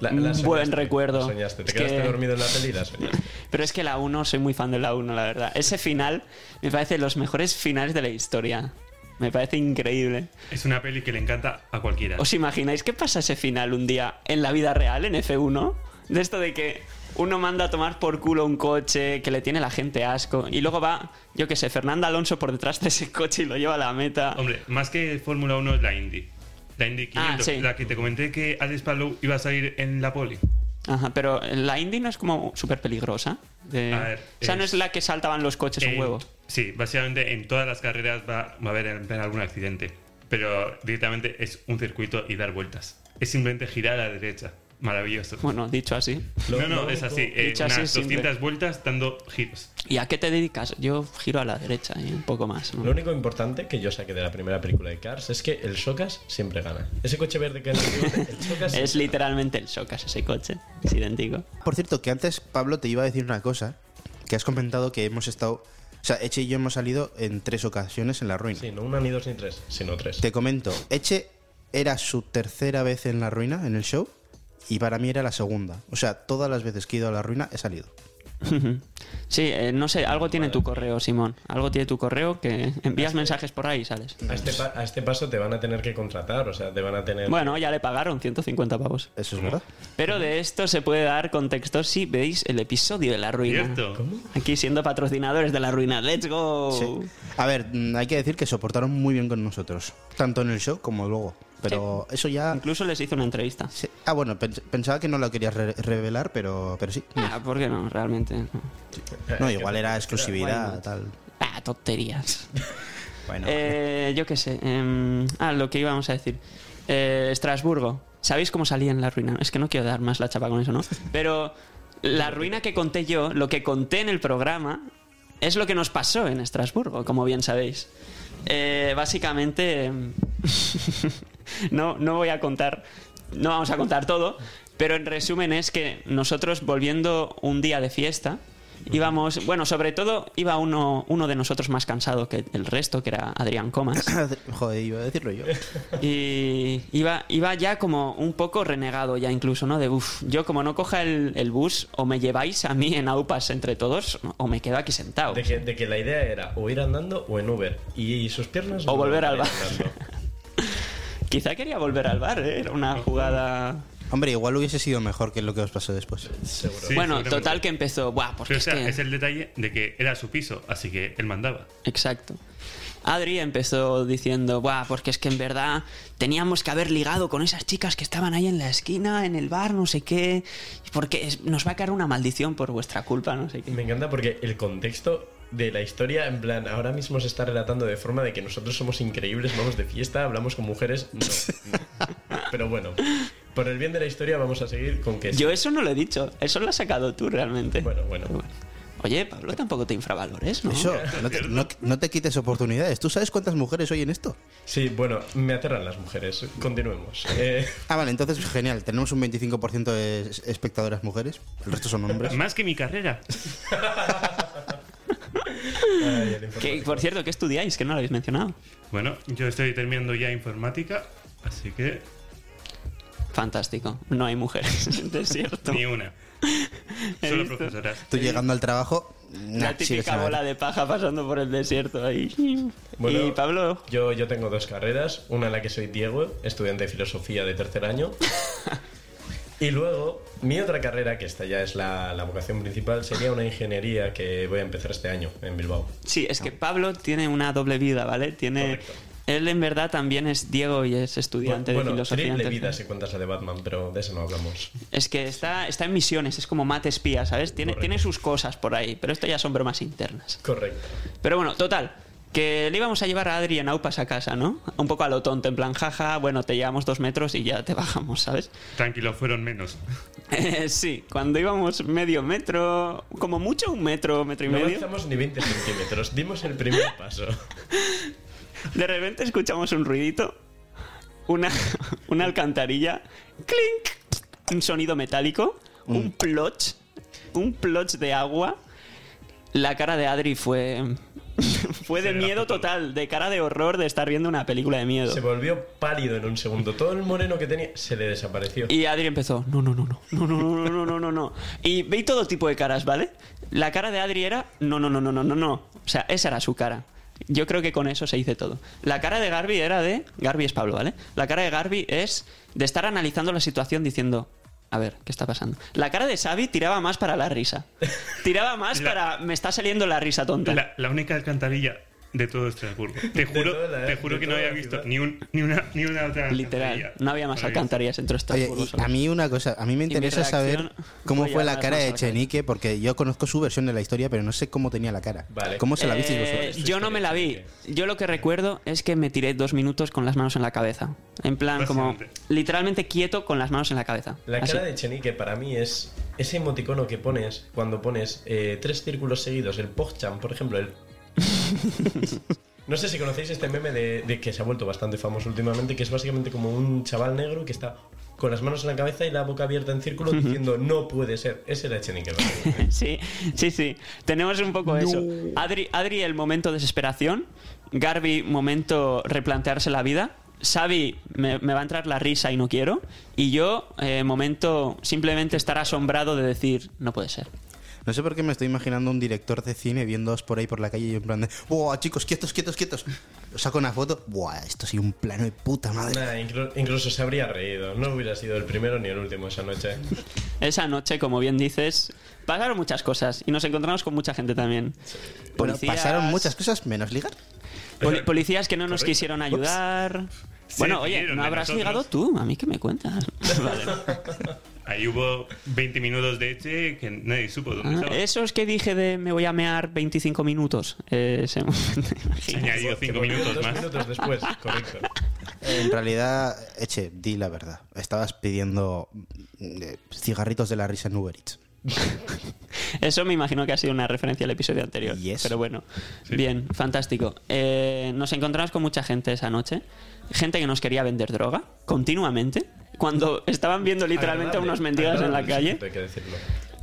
S5: La- la
S4: un
S5: soñaste,
S4: buen
S5: la
S4: recuerdo.
S5: soñaste. Te
S4: Es
S5: quedaste
S4: que-
S5: dormido en la peli y la soñaste.
S4: Pero es que la 1, soy muy fan de la 1, la verdad. Ese final me parece los mejores finales de la historia. Me parece increíble.
S6: Es una peli que le encanta a cualquiera.
S4: ¿Os imagináis qué pasa ese final un día en la vida real, en F1? De esto de que uno manda a tomar por culo un coche, que le tiene la gente asco, y luego va, yo qué sé, Fernando Alonso por detrás de ese coche y lo lleva a la meta.
S6: Hombre, más que Fórmula 1 es la Indy. La Indy 500,
S4: Ah, sí.
S6: la que te comenté que Alex Palou iba a salir en la poli.
S4: Ajá, pero la Indy no es como súper peligrosa. de-
S6: A ver,
S4: o sea, no
S6: es-
S4: es la que saltaban los coches
S6: En-
S4: Este un huevo.
S6: Sí, básicamente en todas las carreras va, va a haber va a haber algún accidente. Pero directamente es un circuito y dar vueltas. Es simplemente girar a la derecha. Maravilloso.
S4: Bueno, dicho así.
S5: Lo-
S6: no, no,
S5: lo
S6: es
S5: único-
S6: así. eh,
S4: dicho
S6: unas
S4: así es
S6: 200
S4: simple.
S6: vueltas dando giros.
S4: ¿Y a qué te dedicas? Yo giro a la derecha y un poco más. ¿no?
S5: Lo único importante que yo saqué de la primera película de Cars es que el Socas siempre gana. Ese coche verde que han tenido, el Socas
S4: Es
S5: siempre
S4: literalmente el Socas ese coche. Es idéntico.
S2: Por cierto, que antes Pablo te iba a decir una cosa, que has comentado que hemos estado, o sea, Eche y yo hemos salido en tres ocasiones en la ruina.
S5: gana. Sí, no una, ni dos, ni tres, sino tres.
S2: Te comento, Eche era su tercera vez en la ruina, en el show, y para mí era la segunda. O sea, todas las veces que he ido a la ruina he salido.
S4: Sí, eh, no sé, algo tiene tu correo, Simón. Algo tiene tu correo que envías mensajes por ahí y sales.
S5: A este, pa- a este paso te van a tener que contratar, o sea, te van a tener...
S4: Bueno, ya le pagaron 150 pavos.
S2: Eso es verdad.
S4: Pero de esto se puede dar contexto si veis el episodio de La Ruina.
S6: ¿Cierto?
S4: Aquí siendo patrocinadores de La Ruina. ¡Let's go!
S2: Sí. A ver, mm, hay que decir que soportaron muy bien con nosotros, tanto en el show como luego. Pero eso ya...
S4: Incluso les hice una entrevista.
S2: Sí. Ah, bueno, pens- pensaba que no lo querías re- revelar, pero, pero sí.
S4: Ah, ¿por qué no? Realmente. Eh,
S2: No, igual era exclusividad, tal.
S4: Ah, tonterías.
S2: Bueno,
S4: Eh, yo qué sé. em, ah, lo que íbamos a decir. Eh, Estrasburgo. ¿Sabéis cómo salía en la ruina? Es que no quiero dar más la chapa con eso, ¿no? Pero la ruina que conté yo, lo que conté en el programa, es lo que nos pasó en Estrasburgo, como bien sabéis. Eh, básicamente, em, no, no voy a contar, no vamos a contar todo, pero en resumen es que nosotros volviendo un día de fiesta, íbamos, bueno, sobre todo iba uno, uno de nosotros más cansado que el resto, que era Adrián Comas.
S2: joder, iba a decirlo yo.
S4: Y iba, iba ya como un poco renegado ya incluso, ¿no? De, uff, yo como no coja el, el bus, o me lleváis a mí en aupas entre todos, o me quedo aquí sentado.
S5: De que, de que la idea era o ir andando o en Uber. Y, sus piernas...
S4: O
S5: no
S4: volver al
S5: van
S4: bar.
S5: andando.
S4: Quizá quería volver al bar, ¿eh? Era una jugada...
S2: Hombre, igual hubiese sido mejor que lo que os pasó después.
S5: Seguro.
S6: Sí,
S4: bueno,
S6: seguramente.
S4: total que empezó, buah, porque
S6: Pero o sea,
S4: es que...
S6: es el detalle de que era su piso, así que él mandaba.
S4: Exacto. Adri empezó diciendo, Buah, porque es que en verdad teníamos que haber ligado con esas chicas que estaban ahí en la esquina, en el bar, no sé qué, porque es- nos va a caer una maldición por vuestra culpa, no sé qué.
S5: Me encanta porque el contexto de la historia, en plan, ahora mismo se está relatando de forma de que nosotros somos increíbles, vamos de fiesta, hablamos con mujeres. No. Pero bueno, por el bien de la historia vamos a seguir con que... sí.
S4: Yo eso no lo he dicho, eso lo has sacado tú realmente.
S5: Bueno, bueno.
S4: Oye, Pablo, tampoco te infravalores, ¿no?
S2: Eso, no te, no- no te quites oportunidades. ¿Tú sabes cuántas mujeres oyen esto?
S5: Sí, bueno, me aterran las mujeres. Continuemos. Eh,
S2: Ah, vale, entonces genial. Tenemos un 25% de es- espectadoras mujeres. El resto son
S4: Pues-
S2: hombres.
S6: Más que mi carrera.
S5: ay, el
S4: Que,
S5: informático.
S4: por cierto, ¿qué estudiáis? Que no lo habéis mencionado.
S6: Bueno, yo estoy terminando ya informática, así que
S4: Fantástico. No hay mujeres en el desierto.
S6: ni una.
S4: He
S6: Solo
S4: visto.
S6: profesoras.
S2: Tú llegando al trabajo. nah,
S4: La
S2: sigues
S4: típica
S2: en la-
S4: bola de paja pasando por el desierto ahí.
S5: Bueno.
S4: y Pablo,
S5: Yo, yo tengo dos carreras, una en la que soy Diego, estudiante de filosofía de tercer año. Y luego, mi otra carrera, que esta ya es la, la vocación principal, sería una ingeniería que voy a empezar este año en Bilbao.
S4: Sí, es que Pablo tiene una doble vida, ¿vale? Tiene.
S5: Correcto.
S4: Él en verdad también es Diego y es estudiante
S5: bueno,
S4: de filosofía.
S5: triple
S4: en
S5: vida
S4: tercero.
S5: si cuentas la de Batman, pero de eso no hablamos.
S4: Es que está, está en misiones, es como mate espía, ¿sabes? Tiene,
S5: Correcto.
S4: tiene sus cosas por ahí, pero esto ya son bromas internas.
S5: Correcto.
S4: Pero bueno, total. Que le íbamos a llevar a Adri en Aupas a casa, ¿no? Un poco a lo tonto, en plan, jaja, bueno, te llevamos dos metros y ya te bajamos, ¿sabes?
S6: Tranquilo, fueron menos.
S4: Eh, sí, cuando íbamos medio metro, como mucho un metro, metro y
S5: No
S4: medio.
S5: avanzamos ni 20 centímetros, dimos el primer paso.
S4: De repente escuchamos un ruidito, una, una alcantarilla, clink, un sonido metálico, un plotch, un plotch de agua. La cara de Adri fue fue de miedo total, de cara de horror de estar viendo una película de miedo.
S5: Se volvió pálido en un segundo. Todo el moreno que tenía se le desapareció.
S4: Y Adri empezó, no, no, no, no, no, no, no, no, no, no, no. Y vi todo tipo de caras, ¿vale? La cara de Adri era, no, no, no, no, no, no, no. O sea, esa era su cara. Yo creo que con eso se dice todo. La cara de Garbi era de, Garbi es Pablo, ¿vale? La cara de Garbi es de estar analizando la situación diciendo, a ver, ¿qué está pasando? La cara de Xavi tiraba más para la risa. Tiraba más
S6: La-
S4: para, me está saliendo la risa tonta.
S6: La, la única alcantarilla de todo Estrasburgo. Te juro,
S5: toda la-
S6: te juro
S5: de
S6: que no
S5: toda
S6: había
S5: la
S6: visto
S5: ciudad.
S6: ni, un, ni, una, ni una otra
S4: Literal,
S6: alcantarilla.
S4: no había más alcantarillas entre estos.
S2: Oye, y a mí una cosa, a mí me
S4: mi
S2: interesa saber
S4: reacción
S2: cómo
S4: fue
S2: fue la
S4: llamarlas
S2: cara
S4: más
S2: de
S4: al revés.
S2: Chenique, porque yo conozco su versión de la historia, pero no sé cómo tenía la cara.
S5: Vale.
S2: ¿Cómo se la visteis
S4: Eh,
S2: vosotros?
S5: vosotros?
S4: Yo no me la vi. Yo lo que recuerdo es que me tiré dos minutos con las manos en la cabeza. En plan, como
S6: Básicamente.
S4: literalmente quieto con las manos en la cabeza.
S5: La
S4: Así.
S5: cara de Chenique para mí es ese emoticono que pones cuando pones eh, tres círculos seguidos, el Pogchamp, por ejemplo, el... No sé si conocéis este meme de, de que se ha vuelto bastante famoso últimamente, que es básicamente como un chaval negro que está con las manos en la cabeza y la boca abierta en círculo diciendo no puede ser. Ese era Echenique. para mí.
S4: Sí, sí, sí. Tenemos un poco eso. Adri, Adri, el momento desesperación. Garbi, momento replantearse la vida. Xavi, me, me va a entrar la risa y no quiero. Y yo, eh, momento simplemente estar asombrado de decir, no puede ser.
S2: No sé por qué me estoy imaginando un director de cine viéndoos por ahí por la calle y yo en plan de, ¡buah, chicos, quietos, quietos, quietos! Os saco una foto, ¡buah, esto sí un plano de puta madre!
S5: Nah, inclu- incluso se habría reído. No hubiera sido el primero ni el último esa noche. ¿eh?
S4: Esa noche, como bien dices, pasaron muchas cosas y nos encontramos con mucha gente también.
S2: Bueno,
S4: Policías-
S2: pasaron muchas cosas menos ligar.
S4: poli- policías que no nos quisieron ayudar.
S6: Sí,
S4: bueno, oye,
S6: vinieron
S4: ¿no
S6: de
S4: habrás
S6: nosotros.
S4: ligado tú? ¿A mí qué me cuentas? Vale.
S6: Ahí hubo 20 minutos de Eche que nadie supo dónde
S4: Ah,
S6: estaba.
S4: esos que dije de me voy a mear 25 minutos. eh, ese momento, imagino.
S6: Añadido 5 minutos
S5: Dos
S6: más.
S5: minutos después, correcto.
S2: En realidad, Eche, di la verdad. Estabas pidiendo eh, cigarritos de la risa en Uber Eats.
S4: Eso me imagino que ha sido una referencia al episodio anterior.
S2: Yes.
S4: Pero bueno, bien, fantástico. Eh, nos encontramos con mucha gente esa noche. Gente que nos quería vender droga continuamente. Cuando estaban viendo literalmente a
S5: Agradable,
S4: unos mendigos en la
S5: agradable,
S4: calle.
S5: Hay que decirlo.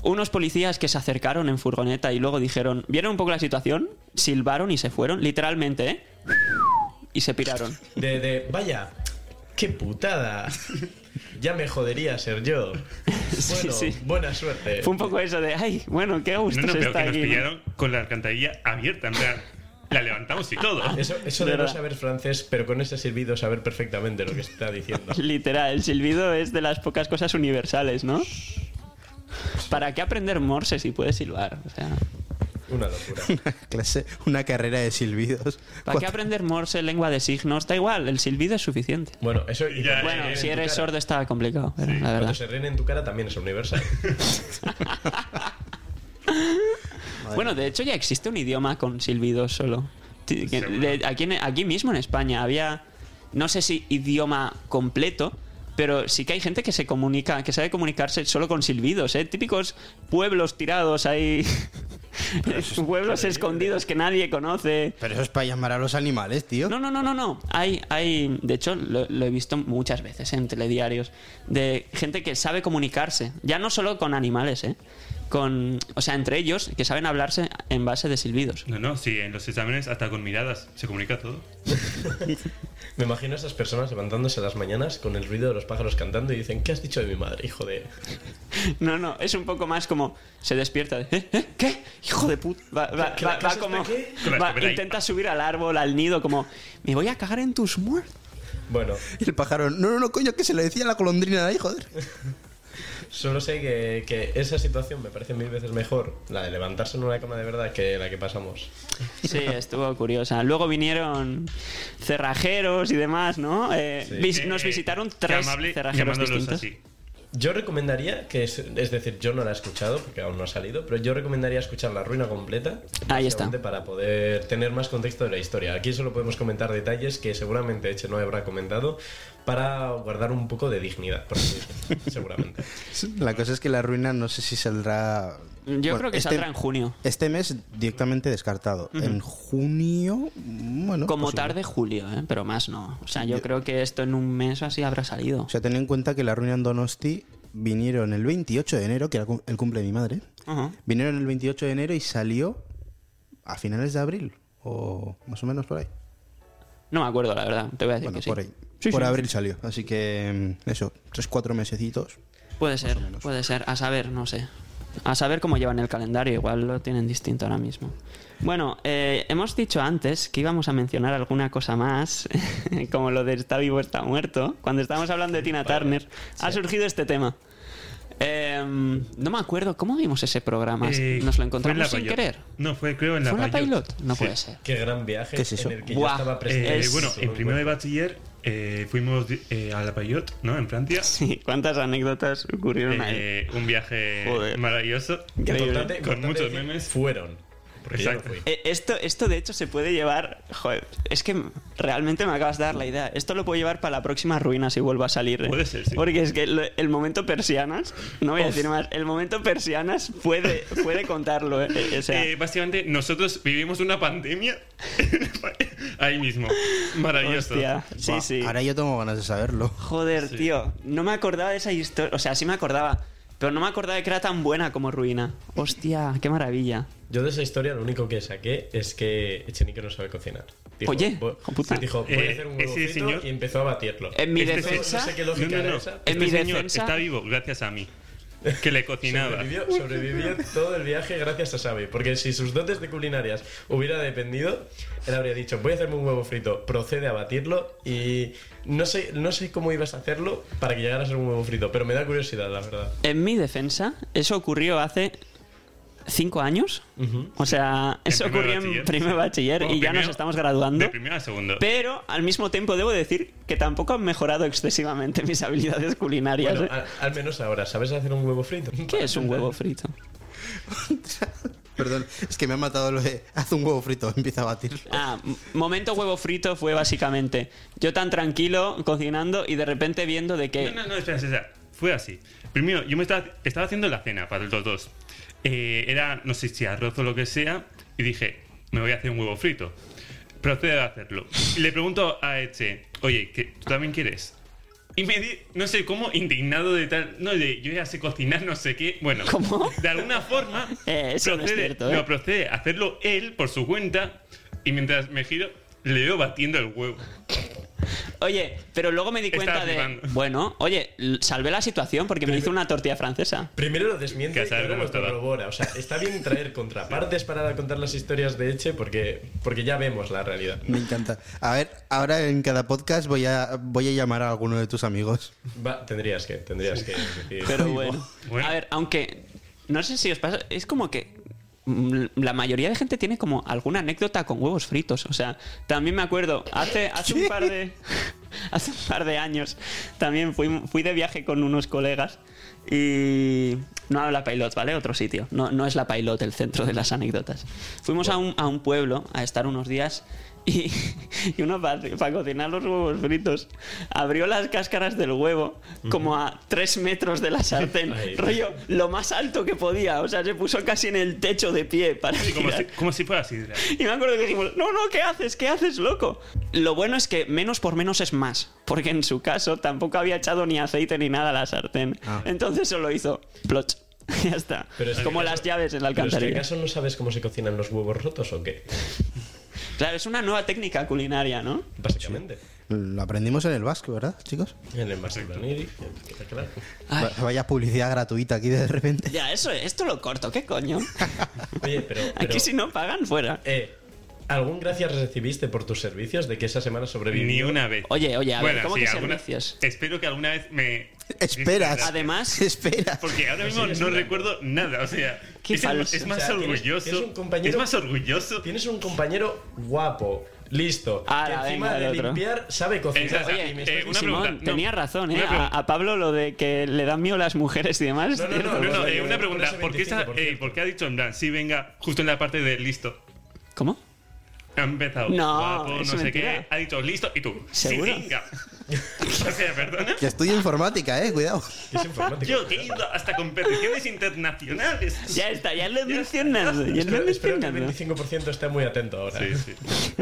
S4: unos policías que se acercaron en furgoneta y luego dijeron, vieron un poco la situación, silbaron y se fueron, literalmente, ¿eh? Y se piraron.
S5: De, de, vaya, qué putada. Ya me jodería ser yo.
S4: Sí,
S5: Bueno,
S4: sí.
S5: buena suerte.
S4: Fue un poco eso de, ay, bueno, qué gusto
S6: No, no,
S4: se
S6: pero
S4: está
S6: que nos
S4: aquí. ¿no?".
S6: pillaron con la alcantarilla abierta. En plan, la levantamos y todo.
S5: Eso, eso
S4: De
S5: de no
S4: verdad.
S5: saber francés, pero con ese silbido saber perfectamente lo que está diciendo.
S4: Literal, el silbido es de las pocas cosas universales, ¿no? ¿Para qué aprender morse si puedes silbar? O sea,
S5: Una locura.
S2: Clase, una carrera de silbidos.
S4: ¿para qué aprender morse, lengua de signos? Da igual, el silbido es suficiente.
S5: Bueno, eso. y
S6: Ya,
S5: cuando
S6: eh,
S4: Bueno,
S5: se
S4: si
S5: ríen en tu
S4: eres
S5: cara-
S4: sordo está complicado, pero la
S5: Cuando
S4: verdad.
S5: se ríen en tu cara también es universal.
S4: Bueno, de hecho ya existe un idioma con silbidos solo. Ti- que- de- aquí, en- aquí mismo en España había, no sé si idioma completo, pero sí que hay gente que se comunica, que sabe comunicarse solo con silbidos, ¿eh? Típicos pueblos tirados ahí. pueblos escondidos que nadie conoce.
S2: Pero eso es para llamar a los animales, tío.
S4: No, no, no, no, no. Hay, hay, de hecho, lo, lo he visto muchas veces en telediarios, de gente que sabe comunicarse, ya no solo con animales, ¿eh? Con, o sea, entre ellos, que saben hablarse en base de silbidos.
S6: No, no, sí, en los exámenes hasta con miradas se comunica todo.
S5: Me imagino a esas personas levantándose a las mañanas con el ruido de los pájaros cantando y dicen, ¿qué has dicho de mi madre, hijo de...?
S4: No, no, es un poco más como se despierta de, ¿eh? ¿eh? ¿Qué? Hijo de puta. Va, va-
S5: ¿Qué-
S4: va-
S5: qué
S4: va
S5: haces
S4: como.
S5: aquí?
S6: Con la
S4: va-
S6: escopeta ahí.
S4: intenta subir al árbol, al nido, como, me voy a cagar en tus muertos.
S5: Bueno,
S2: Y el pájaro, no, no, no, coño, que se le decía a la colondrina de ahí, joder.
S5: solo sé que, que esa situación me parece mil veces mejor, la de levantarse en una cama de verdad, que la que pasamos.
S4: Sí, estuvo curiosa. Luego vinieron cerrajeros y demás, ¿no? Eh, vis-
S6: Eh,
S4: nos
S6: eh,
S4: visitaron
S6: qué
S4: tres
S6: amable
S4: cerrajeros
S6: llamándolos
S4: distintos.
S6: así.
S5: Yo recomendaría que, es, es decir, yo no la he escuchado porque aún no ha salido, pero yo recomendaría escuchar la ruina completa.
S4: Ahí está.
S5: básicamente Para poder tener más contexto de la historia. Aquí solo podemos comentar detalles que seguramente Eche no habrá comentado para guardar un poco de dignidad, por así decirlo, seguramente.
S2: La cosa es que la ruina no sé si saldrá.
S4: Yo creo que saldrá en junio.
S2: Este mes directamente descartado. En junio, bueno.
S4: Como
S2: posible.
S4: tarde julio, ¿eh? pero más no. O sea, yo, creo que esto en un mes o así habrá salido.
S2: O sea, ten en cuenta que la ruina en Donosti vinieron el 28 de enero, que era cum- el cumple de mi madre.
S4: Ajá.
S2: Vinieron el 28 de enero y salió a finales de abril, o más o menos por ahí.
S4: No me acuerdo, la verdad. Te voy a decir
S2: Bueno,
S4: que sí.
S2: por ahí.
S4: Sí,
S2: por
S4: sí.
S2: abril salió. Así que, mm, eso, tres, cuatro mesecitos.
S4: Puede ser, puede ser. A saber, no sé. A saber cómo llevan el calendario, igual lo tienen distinto ahora mismo. Bueno, eh, hemos dicho antes que íbamos a mencionar alguna cosa más, como lo de está vivo, está muerto. Cuando estábamos hablando de Tina Turner, ha surgido este tema. Em, no me acuerdo, ¿cómo vimos ese programa?
S6: Eh,
S4: Nos lo
S6: fue en la
S4: encontramos sin
S6: Payot.
S4: querer.
S6: No, fue creo en la
S4: ¿Fue en la
S6: Payot.
S4: pilot? No
S6: Sí.
S4: puede ser.
S5: Qué gran viaje
S2: ¿Qué es eso?
S5: en el que
S4: Buah,
S5: yo estaba presente.
S6: Eh,
S4: Es-
S6: bueno, en primero de
S5: va
S6: bachiller eh, fuimos eh, a la Payot, ¿no? En Francia.
S4: Sí, ¿cuántas anécdotas ocurrieron ahí?
S6: Eh, un viaje
S4: Joder.
S6: maravilloso.
S4: Increíble.
S6: Con muchos memes.
S5: Fueron. Porque yo no
S6: Exacto.
S5: fui.
S4: Eh, Esto, esto de hecho se puede llevar. Joder, es que realmente me acabas de dar la idea. Esto lo puedo llevar para la próxima ruina si vuelvo a salir. ¿eh?
S6: Puede ser, sí.
S4: Porque es que lo- el momento persianas, no voy a decir más, el momento persianas puede, puede contarlo. ¿eh? Eh, O sea,
S6: Eh, básicamente, nosotros vivimos una pandemia ahí mismo. Maravilloso.
S4: hostia, sí,
S2: Buah,
S4: sí.
S2: Ahora yo tengo ganas de saberlo.
S4: Joder, tío, no me acordaba de esa historia. O sea, sí me acordaba, pero no me acordaba de que era tan buena como ruina. Hostia, qué maravilla.
S5: Yo de esa historia lo único que saqué es que Echenique no sabe cocinar.
S4: Oye,
S5: voy-
S4: hijo puta.
S5: dijo, voy a hacer un
S6: Eh,
S5: huevo
S6: ese
S5: frito
S6: señor-
S5: y empezó a batirlo.
S4: En mi
S6: Este
S5: No-
S4: defensa.
S5: No sé qué
S6: No, no,
S5: lógica era
S6: no.
S5: esa.
S6: Este
S4: mi
S6: señor
S4: defensa-
S6: está vivo gracias a mí, que le cocinaba.
S5: Sobrevivió, sobrevivió todo el viaje gracias a Xavi, porque si sus dotes de culinarias hubiera dependido, él habría dicho, voy a hacerme un huevo frito, procede a batirlo y no sé, no sé cómo ibas a hacerlo para que llegara a ser un huevo frito, pero me da curiosidad, la verdad.
S4: En mi defensa, eso ocurrió hace cinco años. O sea, eso
S6: primero de
S4: ocurrió en
S6: bachiller.
S4: primer bachiller
S6: Bueno,
S4: y ya
S6: primero-
S4: nos estamos graduando.
S6: De primero a segundo.
S4: Pero al mismo tiempo debo decir que tampoco han mejorado excesivamente mis habilidades culinarias.
S5: Bueno,
S4: ¿eh?
S5: al, al menos ahora, ¿sabes hacer un huevo frito?
S4: ¿Qué es un huevo frito?
S2: Perdón, es que me ha matado lo de. Haz un huevo frito, empieza a batirlo.
S4: Ah, m- momento huevo frito fue básicamente yo tan tranquilo cocinando y de repente viendo de que...
S6: No, no, no, espera, espera, espera. Fue así. Primero, yo me estaba, estaba haciendo la cena para los dos. Eh, era, no sé si arroz o lo que sea, y dije, me voy a hacer un huevo frito. Procedo a hacerlo. Y le pregunto a Eche, oye, ¿que ¿tú también quieres? Y me di, no sé cómo, indignado de tal. No, de yo ya sé cocinar, no sé qué. Bueno,
S4: ¿Cómo?
S6: de alguna forma.
S4: Eh, eso no es cierto, ¿eh?
S6: no, procede a hacerlo él por su cuenta. Y mientras me giro, le veo batiendo el huevo.
S4: Oye, pero luego me di
S6: Estaba
S4: cuenta de...
S6: flipando.
S4: Bueno, oye, l- salvé la situación porque me hizo una tortilla francesa.
S5: Primero lo desmiente
S6: Que
S5: y
S6: sabe
S5: ahora
S6: cómo
S5: lo
S6: estaba.
S5: corrobora. O sea, está bien traer contrapartes para contar las historias de Eche porque, porque ya vemos la realidad.
S2: Me encanta. A ver, ahora en cada podcast voy a, voy a llamar a alguno de tus amigos.
S5: Va, tendrías que, tendrías que decir.
S4: Pero
S2: Ay,
S4: bueno.
S6: Bueno.
S4: A ver, aunque. No sé si os pasa. Es como que. mm, La mayoría de gente tiene como alguna anécdota con huevos fritos. O sea, también me acuerdo, hace, hace un par de. Hace un par de años también fui, fui de viaje con unos colegas Y no a la Pailot, ¿vale? Otro sitio. No, no es la Pailot el centro de las anécdotas. Fuimos a un, a un pueblo a estar unos días y, y uno para cocinar los huevos fritos abrió las cáscaras del huevo como a tres metros de la sartén.
S5: Ay.
S4: rollo, lo más alto que podía. O sea, se puso casi en el techo de pie para
S6: Sí, como,
S4: girar.
S6: si, como si fuera sidra.
S4: Y me acuerdo que dijimos, no, no, ¿qué haces? ¿Qué haces, loco? Lo bueno es que menos por menos es más, porque en su caso tampoco había echado ni aceite ni nada a la sartén. Entonces solo hizo plot. ya está.
S5: Pero es que
S4: Como
S5: acaso-
S4: las llaves en la
S5: ¿Pero es que
S4: alcantarilla.
S5: acaso no sabes cómo se cocinan los huevos rotos o qué?
S4: Claro, es una nueva técnica culinaria, ¿no?
S5: Básicamente.
S2: Lo aprendimos en el Vasco, ¿verdad, chicos?
S5: En el Barceloniri.
S4: Ay.
S2: Va- Vaya publicidad gratuita aquí de repente.
S4: Ya, eso, esto lo corto, ¿qué coño?
S5: Oye, pero. pero
S4: Aquí si no pagan, fuera.
S5: eh, ¿Algún gracias recibiste por tus servicios de que esa semana sobrevivió?
S6: Ni una vez.
S4: Oye, oye, a ver, ¿cómo que
S6: alguna-
S4: servicios?
S6: Espero que alguna vez me.
S2: Esperas.
S4: Además,
S2: Espera.
S6: Porque ahora mismo
S5: sigues
S6: no
S5: mirando.
S6: recuerdo nada, o sea.
S4: Qué
S6: es, el-
S4: falso.
S6: es más
S5: O sea, tienes-
S6: orgulloso.
S5: tienes un compañero-
S6: es más orgulloso.
S5: Tienes un compañero guapo, listo,
S4: Ala,
S5: que encima
S4: venga, el
S5: de
S4: otro.
S5: limpiar sabe cocinar.
S6: Exacto.
S5: Y
S4: oye,
S5: me
S6: eh,
S5: estás
S6: una
S4: Simón,
S6: pregunta, no.
S4: tenías razón, ¿eh?
S6: Una
S4: A,
S6: pregunta.
S4: a Pablo lo de que le dan miedo las mujeres y demás.
S5: No, no, no,
S6: No, no,
S5: Vale,
S6: eh,
S5: vale,
S6: una pregunta.
S5: pones
S6: ¿Por qué,
S5: 25%,
S6: está-
S5: por
S6: eh,
S5: cierto.
S6: ¿Por qué ha dicho en plan, sí, venga, justo en la parte de listo?
S4: ¿Cómo?
S6: Ha empezado.
S4: No,
S6: guapo, no
S4: es
S6: sé
S4: mentira.
S6: qué. Ha dicho listo y tú.
S4: ¿Seguro?
S6: Sí, venga. o sea, perdona.
S2: Que estudio informática, eh, cuidado.
S5: Es informático.
S6: Yo que he ido hasta competiciones internacionales.
S4: Ya está, ya lo he mencionado. Ya lo he
S5: Espero, espero que el
S4: mencionado.
S5: 25% esté muy atento ahora.
S6: Sí, sí.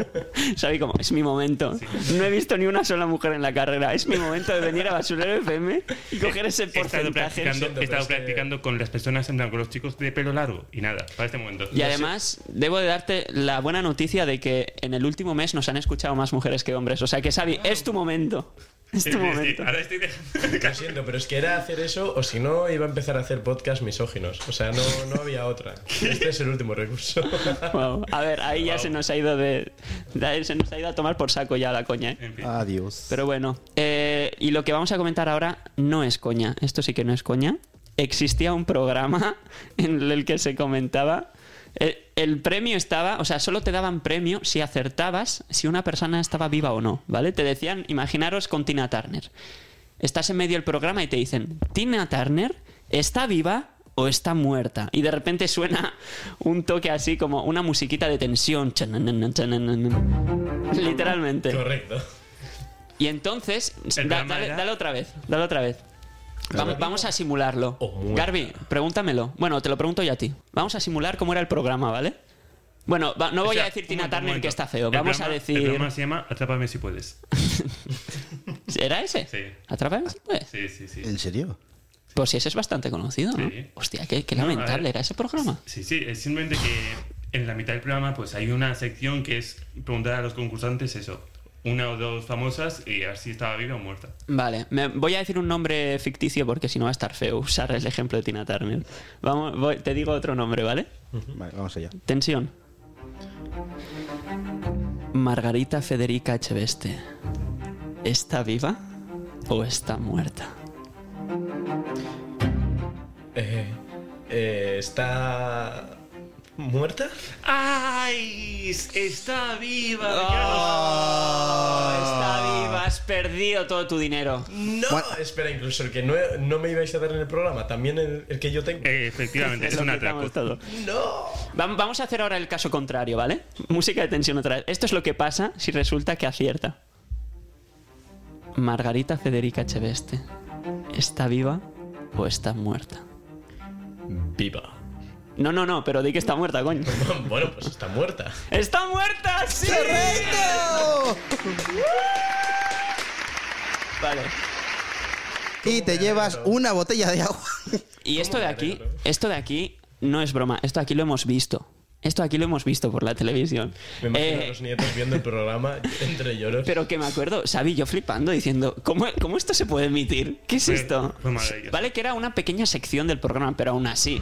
S4: Xavi como, es mi momento. No he visto ni una sola mujer en la carrera. Es mi momento de venir a Basurero FM y coger ese
S6: He estado
S4: porcentaje.
S6: practicando,
S5: siento,
S6: he
S5: pero
S6: estado
S5: es que-
S6: practicando con las personas, en plan, con los chicos de pelo largo y nada, para este momento.
S4: Y además, debo de darte la buena noticia de que en el último mes nos han escuchado más mujeres que hombres. O sea que, Xavi, es tu momento. Es
S6: Sí,
S4: tu
S6: sí, sí,
S4: este momento.
S6: Ahora estoy de-
S5: Lo siento, pero es que era hacer eso o si no iba a empezar a hacer podcast misóginos. O sea, no, no había otra. Este es el último recurso.
S4: Wow. A ver, ahí ya se nos ha ido de, de- Se nos ha ido a tomar por saco ya la coña, ¿eh?
S6: En fin.
S2: Adiós.
S4: Pero bueno, eh, y lo que vamos a comentar ahora no es coña, esto sí que no es coña. Existía un programa en el que se comentaba, eh, el, premio estaba, o sea, solo te daban premio si acertabas si una persona estaba viva o no, ¿vale? Te decían, imaginaros con Tina Turner. Estás en medio del programa y te dicen, Tina Turner está viva o está muerta. Y de repente suena un toque así como una musiquita de tensión. Chananana, chananana. Literalmente.
S5: Correcto.
S4: Y entonces, da-
S6: programa
S4: dale,
S6: era-
S4: dale otra vez, dale otra vez. Vamos, vamos a simularlo.
S6: Oh,
S5: O muerta.
S4: Garbi, pregúntamelo. Bueno, te lo pregunto yo a ti. Vamos a simular cómo era el programa, ¿vale? Bueno, va- no voy
S6: O sea,
S4: a decir
S6: un
S4: Tina
S6: momento, un
S4: Turner que
S6: momento.
S4: está feo.
S6: El
S4: Vamos
S6: programa-
S4: a
S6: El
S4: decir.
S6: programa se llama Atrápame si puedes.
S4: ¿Era ese?
S6: Sí.
S4: ¿Atrápame si puedes?
S6: Sí, sí, sí.
S2: ¿En serio?
S4: Pues sí, ese es bastante conocido. ¿no?
S6: Sí.
S4: Hostia, qué, qué
S6: No, a ver.
S4: lamentable era ese programa.
S6: Sí, sí, es simplemente que en la mitad del programa pues hay una sección que es preguntar a los concursantes eso, una o dos famosas y a ver si estaba viva o muerta.
S4: Vale, me- voy a decir un nombre ficticio porque si no va a estar feo usar el ejemplo de Tina Turner. Vamos, voy- te digo otro nombre, ¿vale?
S2: Vale, vamos allá.
S4: Tensión. Margarita Federica Echeveste. ¿Está viva o está muerta?
S5: Eh, eh, ¿Está muerta?
S6: ¡Ay! ¡Está viva!
S4: está viva, has perdido todo tu dinero.
S5: No. Espera, incluso el que no, no me ibais a dar en el programa, también el, el que yo tengo.
S6: Eh, efectivamente, es
S4: Lo
S6: una
S4: quitamos
S6: atraco.
S4: todo.
S5: No.
S4: Vam- Vamos a hacer ahora el caso contrario, ¿vale? Música de tensión otra vez. Esto es lo que pasa si resulta que acierta. Margarita Federica Echeveste. ¿Está viva o está muerta?
S5: Viva.
S4: No, no, no, pero di que está muerta, coño.
S5: Bueno, pues está muerta.
S4: ¡Está muerta! ¡Sí! Vale.
S2: Y te llevas una botella de agua.
S4: Y esto de aquí,
S5: alegro. eh?
S4: esto de aquí no es broma, esto aquí lo hemos visto. Esto aquí lo hemos visto por la televisión.
S5: Me imagino
S4: Eh,
S5: a los nietos viendo el programa entre lloros.
S4: pero que me acuerdo, Xavi, yo flipando, diciendo, ¿cómo, cómo esto se puede emitir? ¿Qué es
S6: Fue-
S4: esto?
S6: fue maravilloso.
S4: Vale que era una pequeña sección del programa, pero aún así,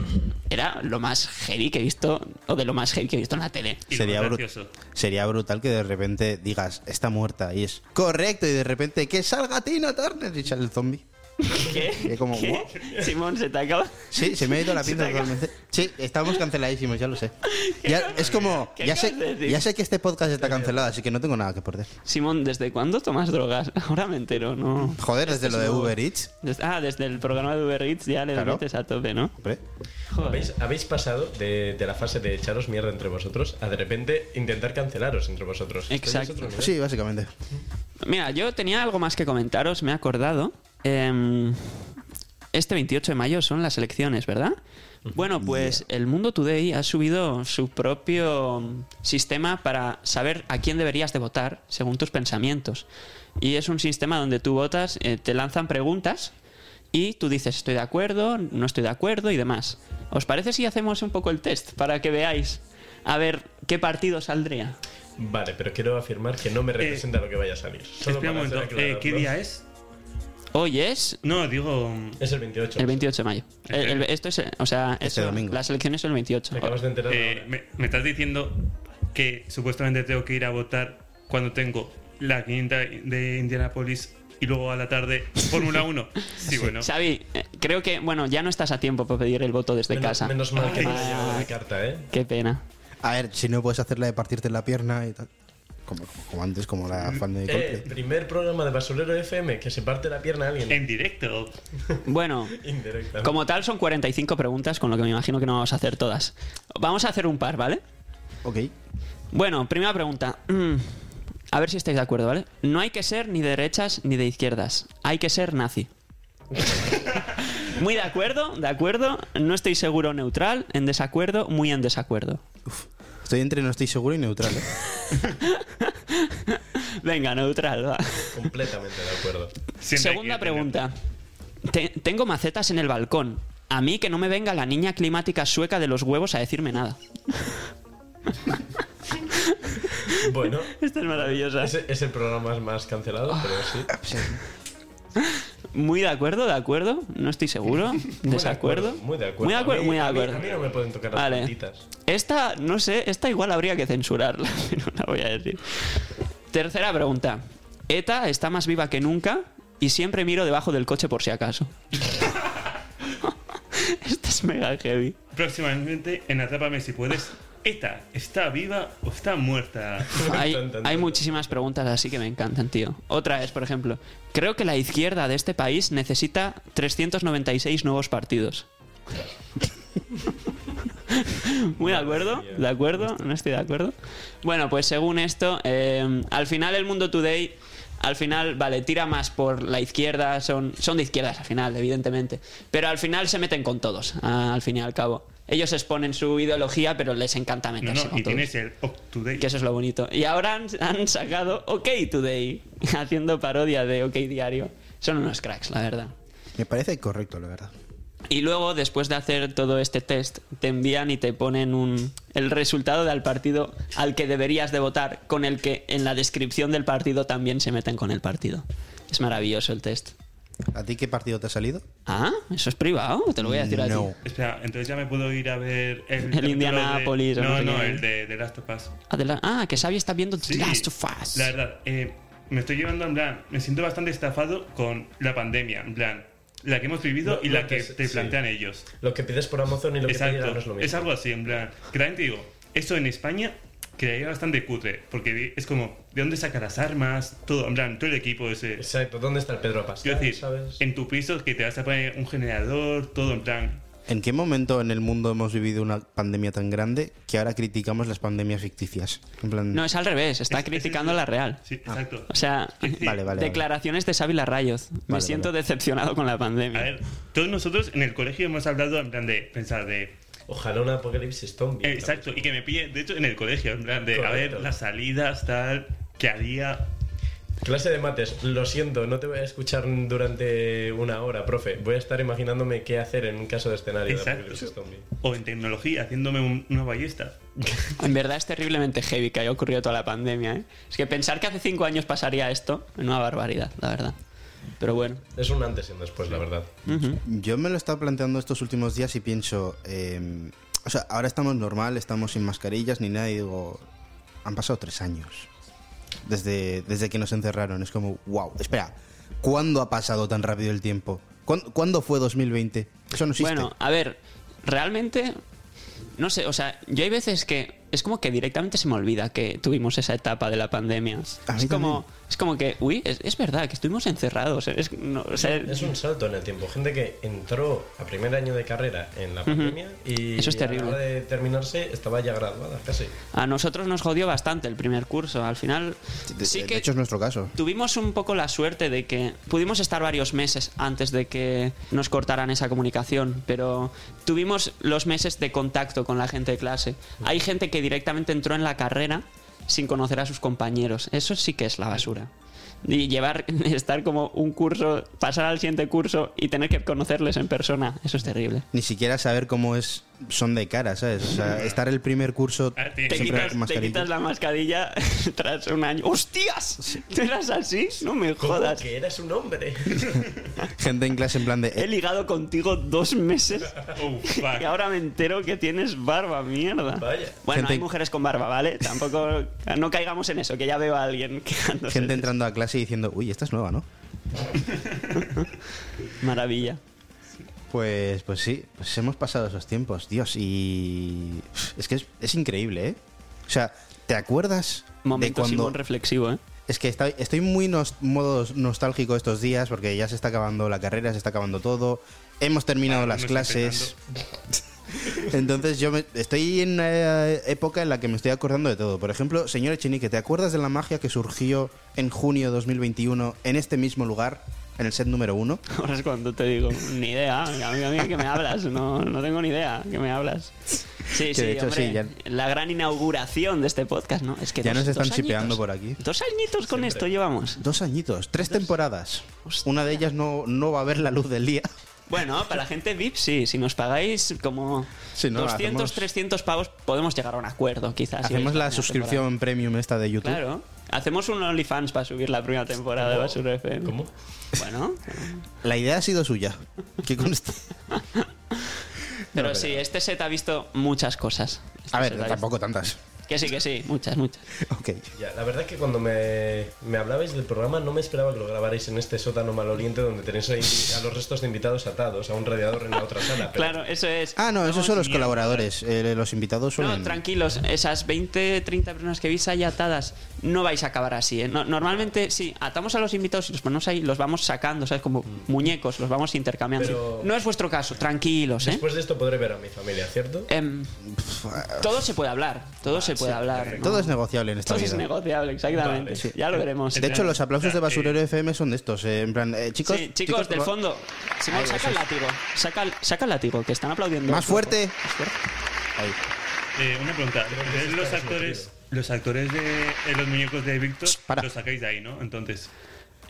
S4: era lo más heavy que he visto, o de lo más heavy que he visto en la tele.
S6: Y lo
S2: Sería,
S6: más
S2: bru-
S6: gracioso.
S2: sería brutal que de repente digas, está muerta, y es correcto, y de repente que salga Tina Turner y sale el zombie.
S4: ¿Qué?
S2: Y como,
S4: ¿Qué?
S2: ¿what?
S4: Simón, se te acaba.
S2: Sí, se me ha ido la
S4: Se
S2: pinta
S4: te acaba-
S2: totalmente. Sí, estamos canceladísimos, ya lo sé. Ya, es como,
S4: ¿Qué
S2: ya
S4: acabas
S2: sé,
S4: de decir?
S2: ya sé que este podcast está cancelado, así que no tengo nada que perder.
S4: Simón, ¿desde cuándo tomas drogas? Ahora me entero, ¿no?
S2: Joder, desde
S4: Esto es
S2: lo de
S4: nuevo.
S2: Uber Eats,
S4: Des- ah, desde el programa de Uber Eats ya le
S2: Claro.
S4: metes a tope, ¿no?
S2: hombre.
S4: Joder.
S5: ¿Habéis, habéis pasado de, de la fase de echaros mierda entre vosotros a de repente intentar cancelaros entre vosotros. Esto ya es
S4: Exacto.
S5: otro nivel.
S2: Sí, básicamente.
S4: Mira, yo tenía algo más que comentaros, me he acordado. Em, este 28 de mayo son las elecciones, ¿verdad? Bueno, pues el Mundo Today ha subido su propio mm, sistema para saber a quién deberías de votar según tus pensamientos. Y es un sistema donde tú votas, eh, te lanzan preguntas y tú dices estoy de acuerdo, no estoy de acuerdo y demás. ¿Os parece si hacemos un poco el test para que veáis a ver qué partido saldría?
S5: Vale, pero quiero afirmar que no me representa lo que vaya a salir. Solo
S6: Espera un
S5: para
S6: momento,
S5: hacer
S6: eh, ¿qué
S5: aclararlo.
S6: día es?
S4: Hoy es
S6: No, digo.
S5: Es el 28.
S4: El 28 de mayo.
S5: Este
S4: El- el- esto es, eh, o sea, esto-
S2: domingo.
S4: las elecciones son el Oh, 28.
S5: Te acabas de enterar.
S6: eh,
S5: ahora.
S6: me, me estás diciendo que supuestamente tengo que ir a votar cuando tengo la 500 de Indianapolis y luego a la tarde Fórmula 1? Sí, bueno.
S4: Xavi, eh, creo que, bueno, ya no estás a tiempo para pedir el voto desde
S5: menos,
S4: casa.
S5: menos mal que no
S4: Ay.
S5: me llevado la carta, ¿eh?
S4: Qué pena.
S2: A ver, si no puedes hacerla de partirte la pierna y tal. Como, como antes, como la fan de
S5: Eh,
S2: Coldplay.
S5: primer programa de Basurero FM que se parte la pierna a alguien.
S6: En directo.
S4: Bueno,
S5: Indirectamente.
S4: como tal son 45 preguntas, con lo que me imagino que no vamos a hacer todas. Vamos a hacer un par, ¿vale?
S2: Ok.
S4: Bueno, primera pregunta. Mm, A ver si estáis de acuerdo, ¿vale? No hay que ser ni de derechas ni de izquierdas. Hay que ser nazi. muy de acuerdo, de acuerdo. No estoy seguro neutral, en desacuerdo, muy en desacuerdo.
S2: Estoy entre no estoy seguro y neutral, ¿eh?
S4: Venga, neutral, va.
S5: Completamente de acuerdo.
S6: Siempre hay
S4: Segunda
S6: que tener-
S4: pregunta. Te- tengo macetas en el balcón. A mí que no me venga la niña climática sueca de los huevos a decirme nada.
S5: Bueno,
S4: Esta es maravillosa.
S5: ese es el programa más cancelado, pero sí.
S6: Ah,
S4: Muy de acuerdo, de acuerdo. No estoy seguro. Desacuerdo.
S5: Muy de acuerdo.
S4: Muy de acuerdo.
S5: A mí-
S4: muy de
S5: a mí-
S4: acuerdo.
S5: A mí, no me pueden tocar las
S4: Vale.
S5: puntitas.
S4: Esta, no sé, esta igual habría que censurarla, pero no la voy a decir. Tercera pregunta. ETA está más viva que nunca y siempre miro debajo del coche por si acaso. Esta es mega heavy.
S6: Próximamente en Atrápame si puedes. ¿Esta está viva o está muerta?
S4: Hay,
S5: Tan, tan,
S4: hay
S5: tan.
S4: muchísimas preguntas así que me encantan, tío. Otra es, por ejemplo, creo que la izquierda de este país necesita 396 nuevos partidos. Muy de acuerdo, de acuerdo, no estoy de acuerdo. Bueno, pues según esto, eh, al final el mundo today, al final, vale, tira más por la izquierda, son, son de izquierdas al final, evidentemente, pero al final se meten con todos, ah, al fin y al cabo. Ellos exponen su ideología, pero les encanta
S6: No,
S4: meterse
S6: no,
S4: con
S6: y
S4: todos.
S6: tienes el Up to Date.
S4: Que eso es lo bonito. Y ahora han, han sacado OK Today, haciendo parodia de OK Diario. Son unos cracks, la verdad.
S2: Me parece correcto, la verdad.
S4: Y luego, después de hacer todo este test, te envían y te ponen un, el resultado del partido al que deberías de votar, con el que en la descripción del partido también se meten con el partido. Es maravilloso el test.
S2: ¿A ti qué partido te ha salido?
S4: Ah, eso es privado, te lo voy a decir a ti.
S2: No.
S6: Espera, entonces ya me puedo ir a ver el. capítulo
S4: Indianapolis
S6: de-
S4: o no
S6: No,
S4: sé
S6: no,
S4: qué.
S6: el de, de Last of Us.
S4: Adela- ah, que Xavi está viendo
S6: Sí,
S4: The Last of Us.
S6: La verdad, eh, me estoy llevando en plan, me siento bastante estafado con la pandemia, en plan, la que hemos vivido
S5: Lo-
S6: y
S5: lo
S6: la
S5: que
S6: que,
S5: es-
S6: te
S5: sí.
S6: plantean ellos.
S5: Lo que pides por Amazon y lo que te llegan no es lo
S6: Exacto,
S5: mismo.
S6: es algo así, en plan, que también te digo, esto en España quedaría bastante cutre, porque es como, ¿de dónde saca las armas? Todo, en plan, todo el equipo ese.
S5: Exacto, ¿dónde está el Pedro Pascal?
S6: Quiero decir,
S5: ¿sabes?
S6: en tu piso que te vas a poner un generador, todo en plan.
S2: ¿En qué momento en el mundo hemos vivido una pandemia tan grande que ahora criticamos las pandemias ficticias? En plan,
S4: No, es al revés, está
S6: Es- es-
S4: criticando la real.
S6: Sí,
S5: Ah.
S6: exacto.
S4: O sea,
S2: Vale, vale,
S4: declaraciones de Xavi Larrayoz. Me
S2: Vale,
S4: siento
S2: vale.
S4: decepcionado con la pandemia.
S6: A ver, todos nosotros en el colegio hemos hablado en plan de pensar de
S5: Ojalá un apocalipsis zombie.
S6: Eh, Exacto, y que me pille, de hecho, en el colegio, en plan de, a
S5: Correcto.
S6: ver, las salidas, tal, que haría...
S5: Clase de mates, lo siento, no te voy a escuchar durante una hora, profe. Voy a estar imaginándome qué hacer en un caso de escenario de
S6: Exacto.
S5: apocalipsis zombie.
S6: O en tecnología, haciéndome un- una ballesta.
S4: En verdad es terriblemente heavy que haya ocurrido toda la pandemia. ¿eh? Es que pensar que hace cinco años pasaría esto, una barbaridad, la verdad. Pero bueno,
S5: Es un antes y un después, la verdad.
S2: Yo me lo he estado planteando estos últimos días y pienso, eh, o sea, ahora estamos normal, estamos sin mascarillas ni nada y digo, han pasado tres años desde, desde que nos encerraron, es como, wow, espera, ¿cuándo ha pasado tan rápido el tiempo? ¿Cuán- ¿Cuándo fue 2020? Eso no existe.
S4: Bueno, a ver, realmente, no sé, o sea, yo hay veces que es como que directamente se me olvida que tuvimos esa etapa de la pandemia.
S2: A mí
S4: Es como,
S2: también.
S4: es como que, uy, es, es verdad que estuvimos encerrados. es- no, o sea,
S5: Es un salto en el tiempo. Gente que entró a primer año de carrera en la pandemia y
S4: Eso es terrible.
S5: a la hora de terminarse estaba ya graduada casi.
S4: a nosotros nos jodió bastante el primer curso. Al final,
S2: de,
S4: sí
S2: de-
S4: que
S2: de hecho es nuestro caso.
S4: Tuvimos un poco la suerte de que pudimos estar varios meses antes de que nos cortaran esa comunicación, pero tuvimos los meses de contacto con la gente de clase. Hay gente que directamente entró en la carrera sin conocer a sus compañeros. Eso sí que es la basura. Y llevar, estar como un curso, pasar al siguiente curso y tener que conocerles en persona. Eso es terrible.
S2: Ni siquiera saber cómo es son de cara, ¿sabes? O sea, estar el primer curso
S6: Ah, tío.
S4: Te
S6: Siempre
S4: quitas,
S2: con mascarilla.
S4: te quitas la mascarilla tras un año. ¡Hostias! ¿Tú eras así? No me
S5: ¿Cómo
S4: jodas.
S5: que eras un hombre?
S2: gente en clase en plan de
S4: He
S2: eh,
S4: ligado contigo dos meses
S6: Oh, fuck.
S4: y ahora me entero que tienes barba, mierda.
S5: Vaya.
S4: Bueno,
S2: Gente-
S4: hay mujeres con barba, ¿vale? Tampoco. No caigamos en eso, que ya veo a alguien quejándose.
S2: gente
S4: de
S2: entrando a clase y diciendo, "Uy, esta es nueva, ¿no?"
S4: eso. Maravilla.
S2: Pues pues sí, pues hemos pasado esos tiempos, Dios, y es que es, es increíble, ¿eh? O sea, ¿te acuerdas de
S4: Momento
S2: cuando
S4: Simón reflexivo, ¿eh?
S2: Es que está- estoy muy nos- modo nostálgico estos días porque ya se está acabando la carrera, se está acabando todo. Hemos terminado
S6: Bueno,
S2: las
S6: no estoy
S2: clases. Entonces yo me- estoy en una época en la que me estoy acordando de todo. Por ejemplo, señor Echenique, ¿te acuerdas de la magia que surgió en junio de 2021 en este mismo lugar, en el set número uno?
S4: Ahora es cuando te digo, ni idea, amiga mía, que me hablas. No, no tengo ni idea, que me hablas. Sí,
S2: Que
S4: sí,
S2: de hecho,
S4: hombre,
S2: sí, ya-
S4: La gran inauguración de este podcast, ¿no? Es que
S2: Ya
S4: dos-
S2: nos están
S4: dos
S2: shipeando
S4: añitos.
S2: por aquí.
S4: Dos añitos con esto llevamos.
S2: Dos añitos, tres temporadas.
S4: Hostia.
S2: Una de ellas no, no va a ver la luz del día.
S4: Bueno, para la gente VIP sí, si nos pagáis como
S2: Sí, no,
S4: 200,
S2: hacemos-
S4: 300 pavos, podemos llegar a un acuerdo quizás. si
S2: Hacemos
S4: vais
S2: la
S4: primera
S2: suscripción premium esta de YouTube.
S4: temporada. Claro, hacemos un OnlyFans para subir la primera temporada de Basura FM.
S5: ¿Cómo?
S4: Bueno,
S2: La idea ha sido suya. Que conste.
S4: pero sí, este set ha visto muchas cosas. Este
S2: A ver,
S4: set ha visto-
S2: tampoco tantas.
S4: Que sí, que sí, muchas, muchas.
S2: Ok.
S5: Ya, la verdad es que cuando me, me hablabais del programa no me esperaba que lo grabarais en este sótano maloliente donde tenéis ahí a los restos de invitados atados a un radiador en la otra sala. pero-
S4: Claro, eso es.
S2: Ah, no, esos son los
S6: mierda.
S2: colaboradores. eh, los invitados suelen...
S4: No, tranquilos, esas 20, 30 personas que veis ahí atadas, no vais a acabar así. ¿eh? No- normalmente, sí, atamos a los invitados y los ponemos ahí, los vamos sacando, ¿sabes? Como muñecos, los vamos intercambiando.
S5: Pero-
S4: No es vuestro caso, tranquilos, ¿eh?
S5: Después de esto podré ver a mi familia, ¿cierto?
S4: Em, todo se puede hablar, todo se puede hablar. ¿no?
S2: Todo es negociable en esta
S4: Todo es
S2: vida.
S4: negociable, exactamente.
S5: Vale, sí.
S4: Ya lo veremos.
S2: de hecho, los aplausos de
S6: Eh,
S2: Basurero FM son de estos. eh, en plan, eh, chicos,
S4: Sí, chicos, del
S2: por favor.
S4: fondo, Simón, saca el látigo, saca, el- saca el látigo, que están aplaudiendo.
S2: Más fuerte. Ahí.
S6: Eh, una pregunta.
S5: que sí
S6: Los
S5: está
S6: actores,
S5: desnutrido.
S6: los actores de eh, los muñecos de Víctor
S2: para.
S6: los sacáis de ahí, ¿no? Entonces.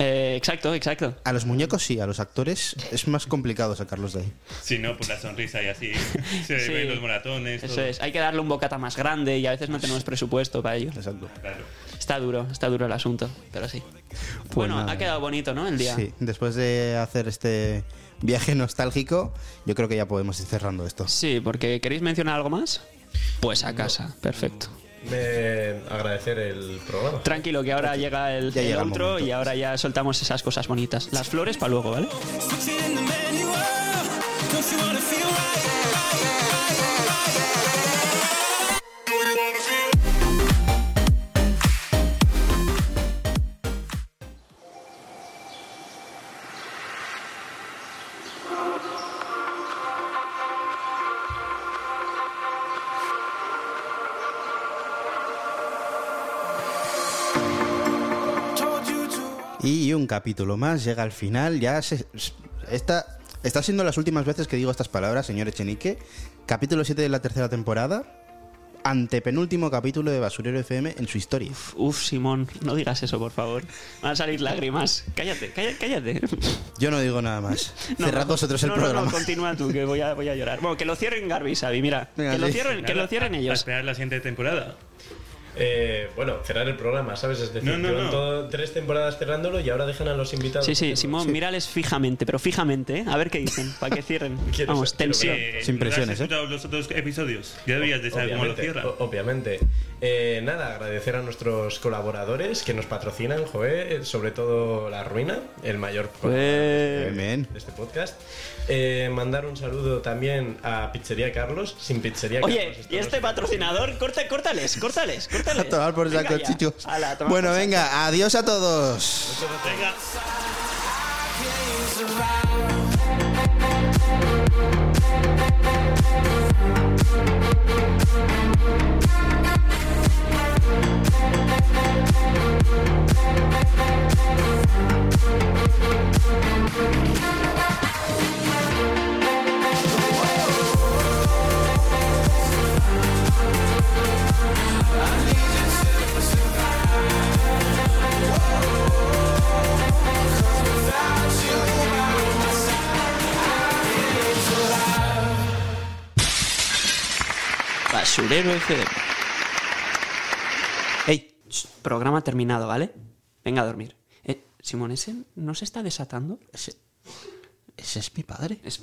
S4: Eh, exacto, exacto.
S2: A los muñecos sí, a los actores es más complicado sacarlos de ahí.
S6: Si no, por la sonrisa y así. se
S4: Sí.
S6: ven los moratones.
S4: Eso
S6: todo.
S4: es, hay que darle un bocata más grande y a veces no tenemos presupuesto para ello.
S2: Exacto.
S6: Claro.
S4: Está duro, está duro el asunto, pero sí. bueno,
S2: Pues nada.
S4: ha quedado bonito, ¿no? El día.
S2: Sí, después de hacer este viaje nostálgico, yo creo que ya podemos ir cerrando esto.
S4: Sí, porque ¿queréis mencionar algo más? Pues a casa, perfecto.
S5: Me agradecer el programa.
S4: Tranquilo, que ahora llega el,
S2: Ya
S4: el
S2: llega el
S4: outro
S2: momento.
S4: y ahora ya soltamos esas cosas bonitas. Las flores para luego, ¿vale?
S2: Y un capítulo más llega al final. Ya se, esta, está siendo las últimas veces que digo estas palabras, señor Echenique. Capítulo 7 de la tercera temporada. Antepenúltimo capítulo de Basurero FM en su historia.
S4: Uf, Simón, no digas eso, por favor. Van a salir lágrimas. Cállate, cállate, cállate.
S2: Yo no digo nada más.
S4: No,
S2: Cerrad
S4: no,
S2: vosotros el
S4: no, no,
S2: programa.
S4: No, continúa tú, que voy a, voy a llorar. Bueno, que lo cierren Garbi, Sabi, mira.
S2: Venga,
S4: que, lo
S2: sí.
S4: cierren, que
S6: Nada,
S4: lo cierren
S6: a- A
S4: ellos.
S6: esperar la siguiente temporada.
S5: eh, bueno, cerrar el programa, ¿sabes? Es decir,
S6: No, no,
S5: llevan
S6: no.
S5: todo- tres temporadas cerrándolo y ahora dejan a los invitados.
S4: Sí, sí,
S5: hacerlo.
S4: Simón, mírales fijamente, pero fijamente, ¿eh? A ver qué dicen, para que cierren.
S5: Quiero
S4: Vamos,
S5: ser- quiero
S4: tensión.
S5: ver.
S6: Eh,
S2: Sin presiones,
S6: ¿Has
S2: ¿eh?
S6: escuchado los otros episodios? Ya deberías de saber cómo lo
S5: Obviamente,
S6: cierran.
S5: o- Obviamente. Eh, nada, agradecer a nuestros colaboradores que nos patrocinan, joe, eh, sobre todo La Ruina, el mayor
S4: Eh,
S2: Bien, bien.
S5: de este podcast. Eh, mandar un saludo también a Pizzería Carlos, sin Pizzería
S4: Oye,
S5: Carlos. esto
S4: y
S5: no
S4: este
S5: se-
S4: patrocinador, corta, córtales, córtales, córtales.
S2: A tomar por
S4: Venga
S2: saco,
S4: ya.
S2: chichos.
S4: Ala, a tomar
S2: Bueno,
S4: por saco.
S2: venga, adiós a todos.
S6: Venga.
S4: Basurero FM. Ey, sh, programa terminado, ¿vale? Venga a dormir. Eh, Simón, ¿ese no se está desatando?
S2: Ese es mi padre.
S4: Es-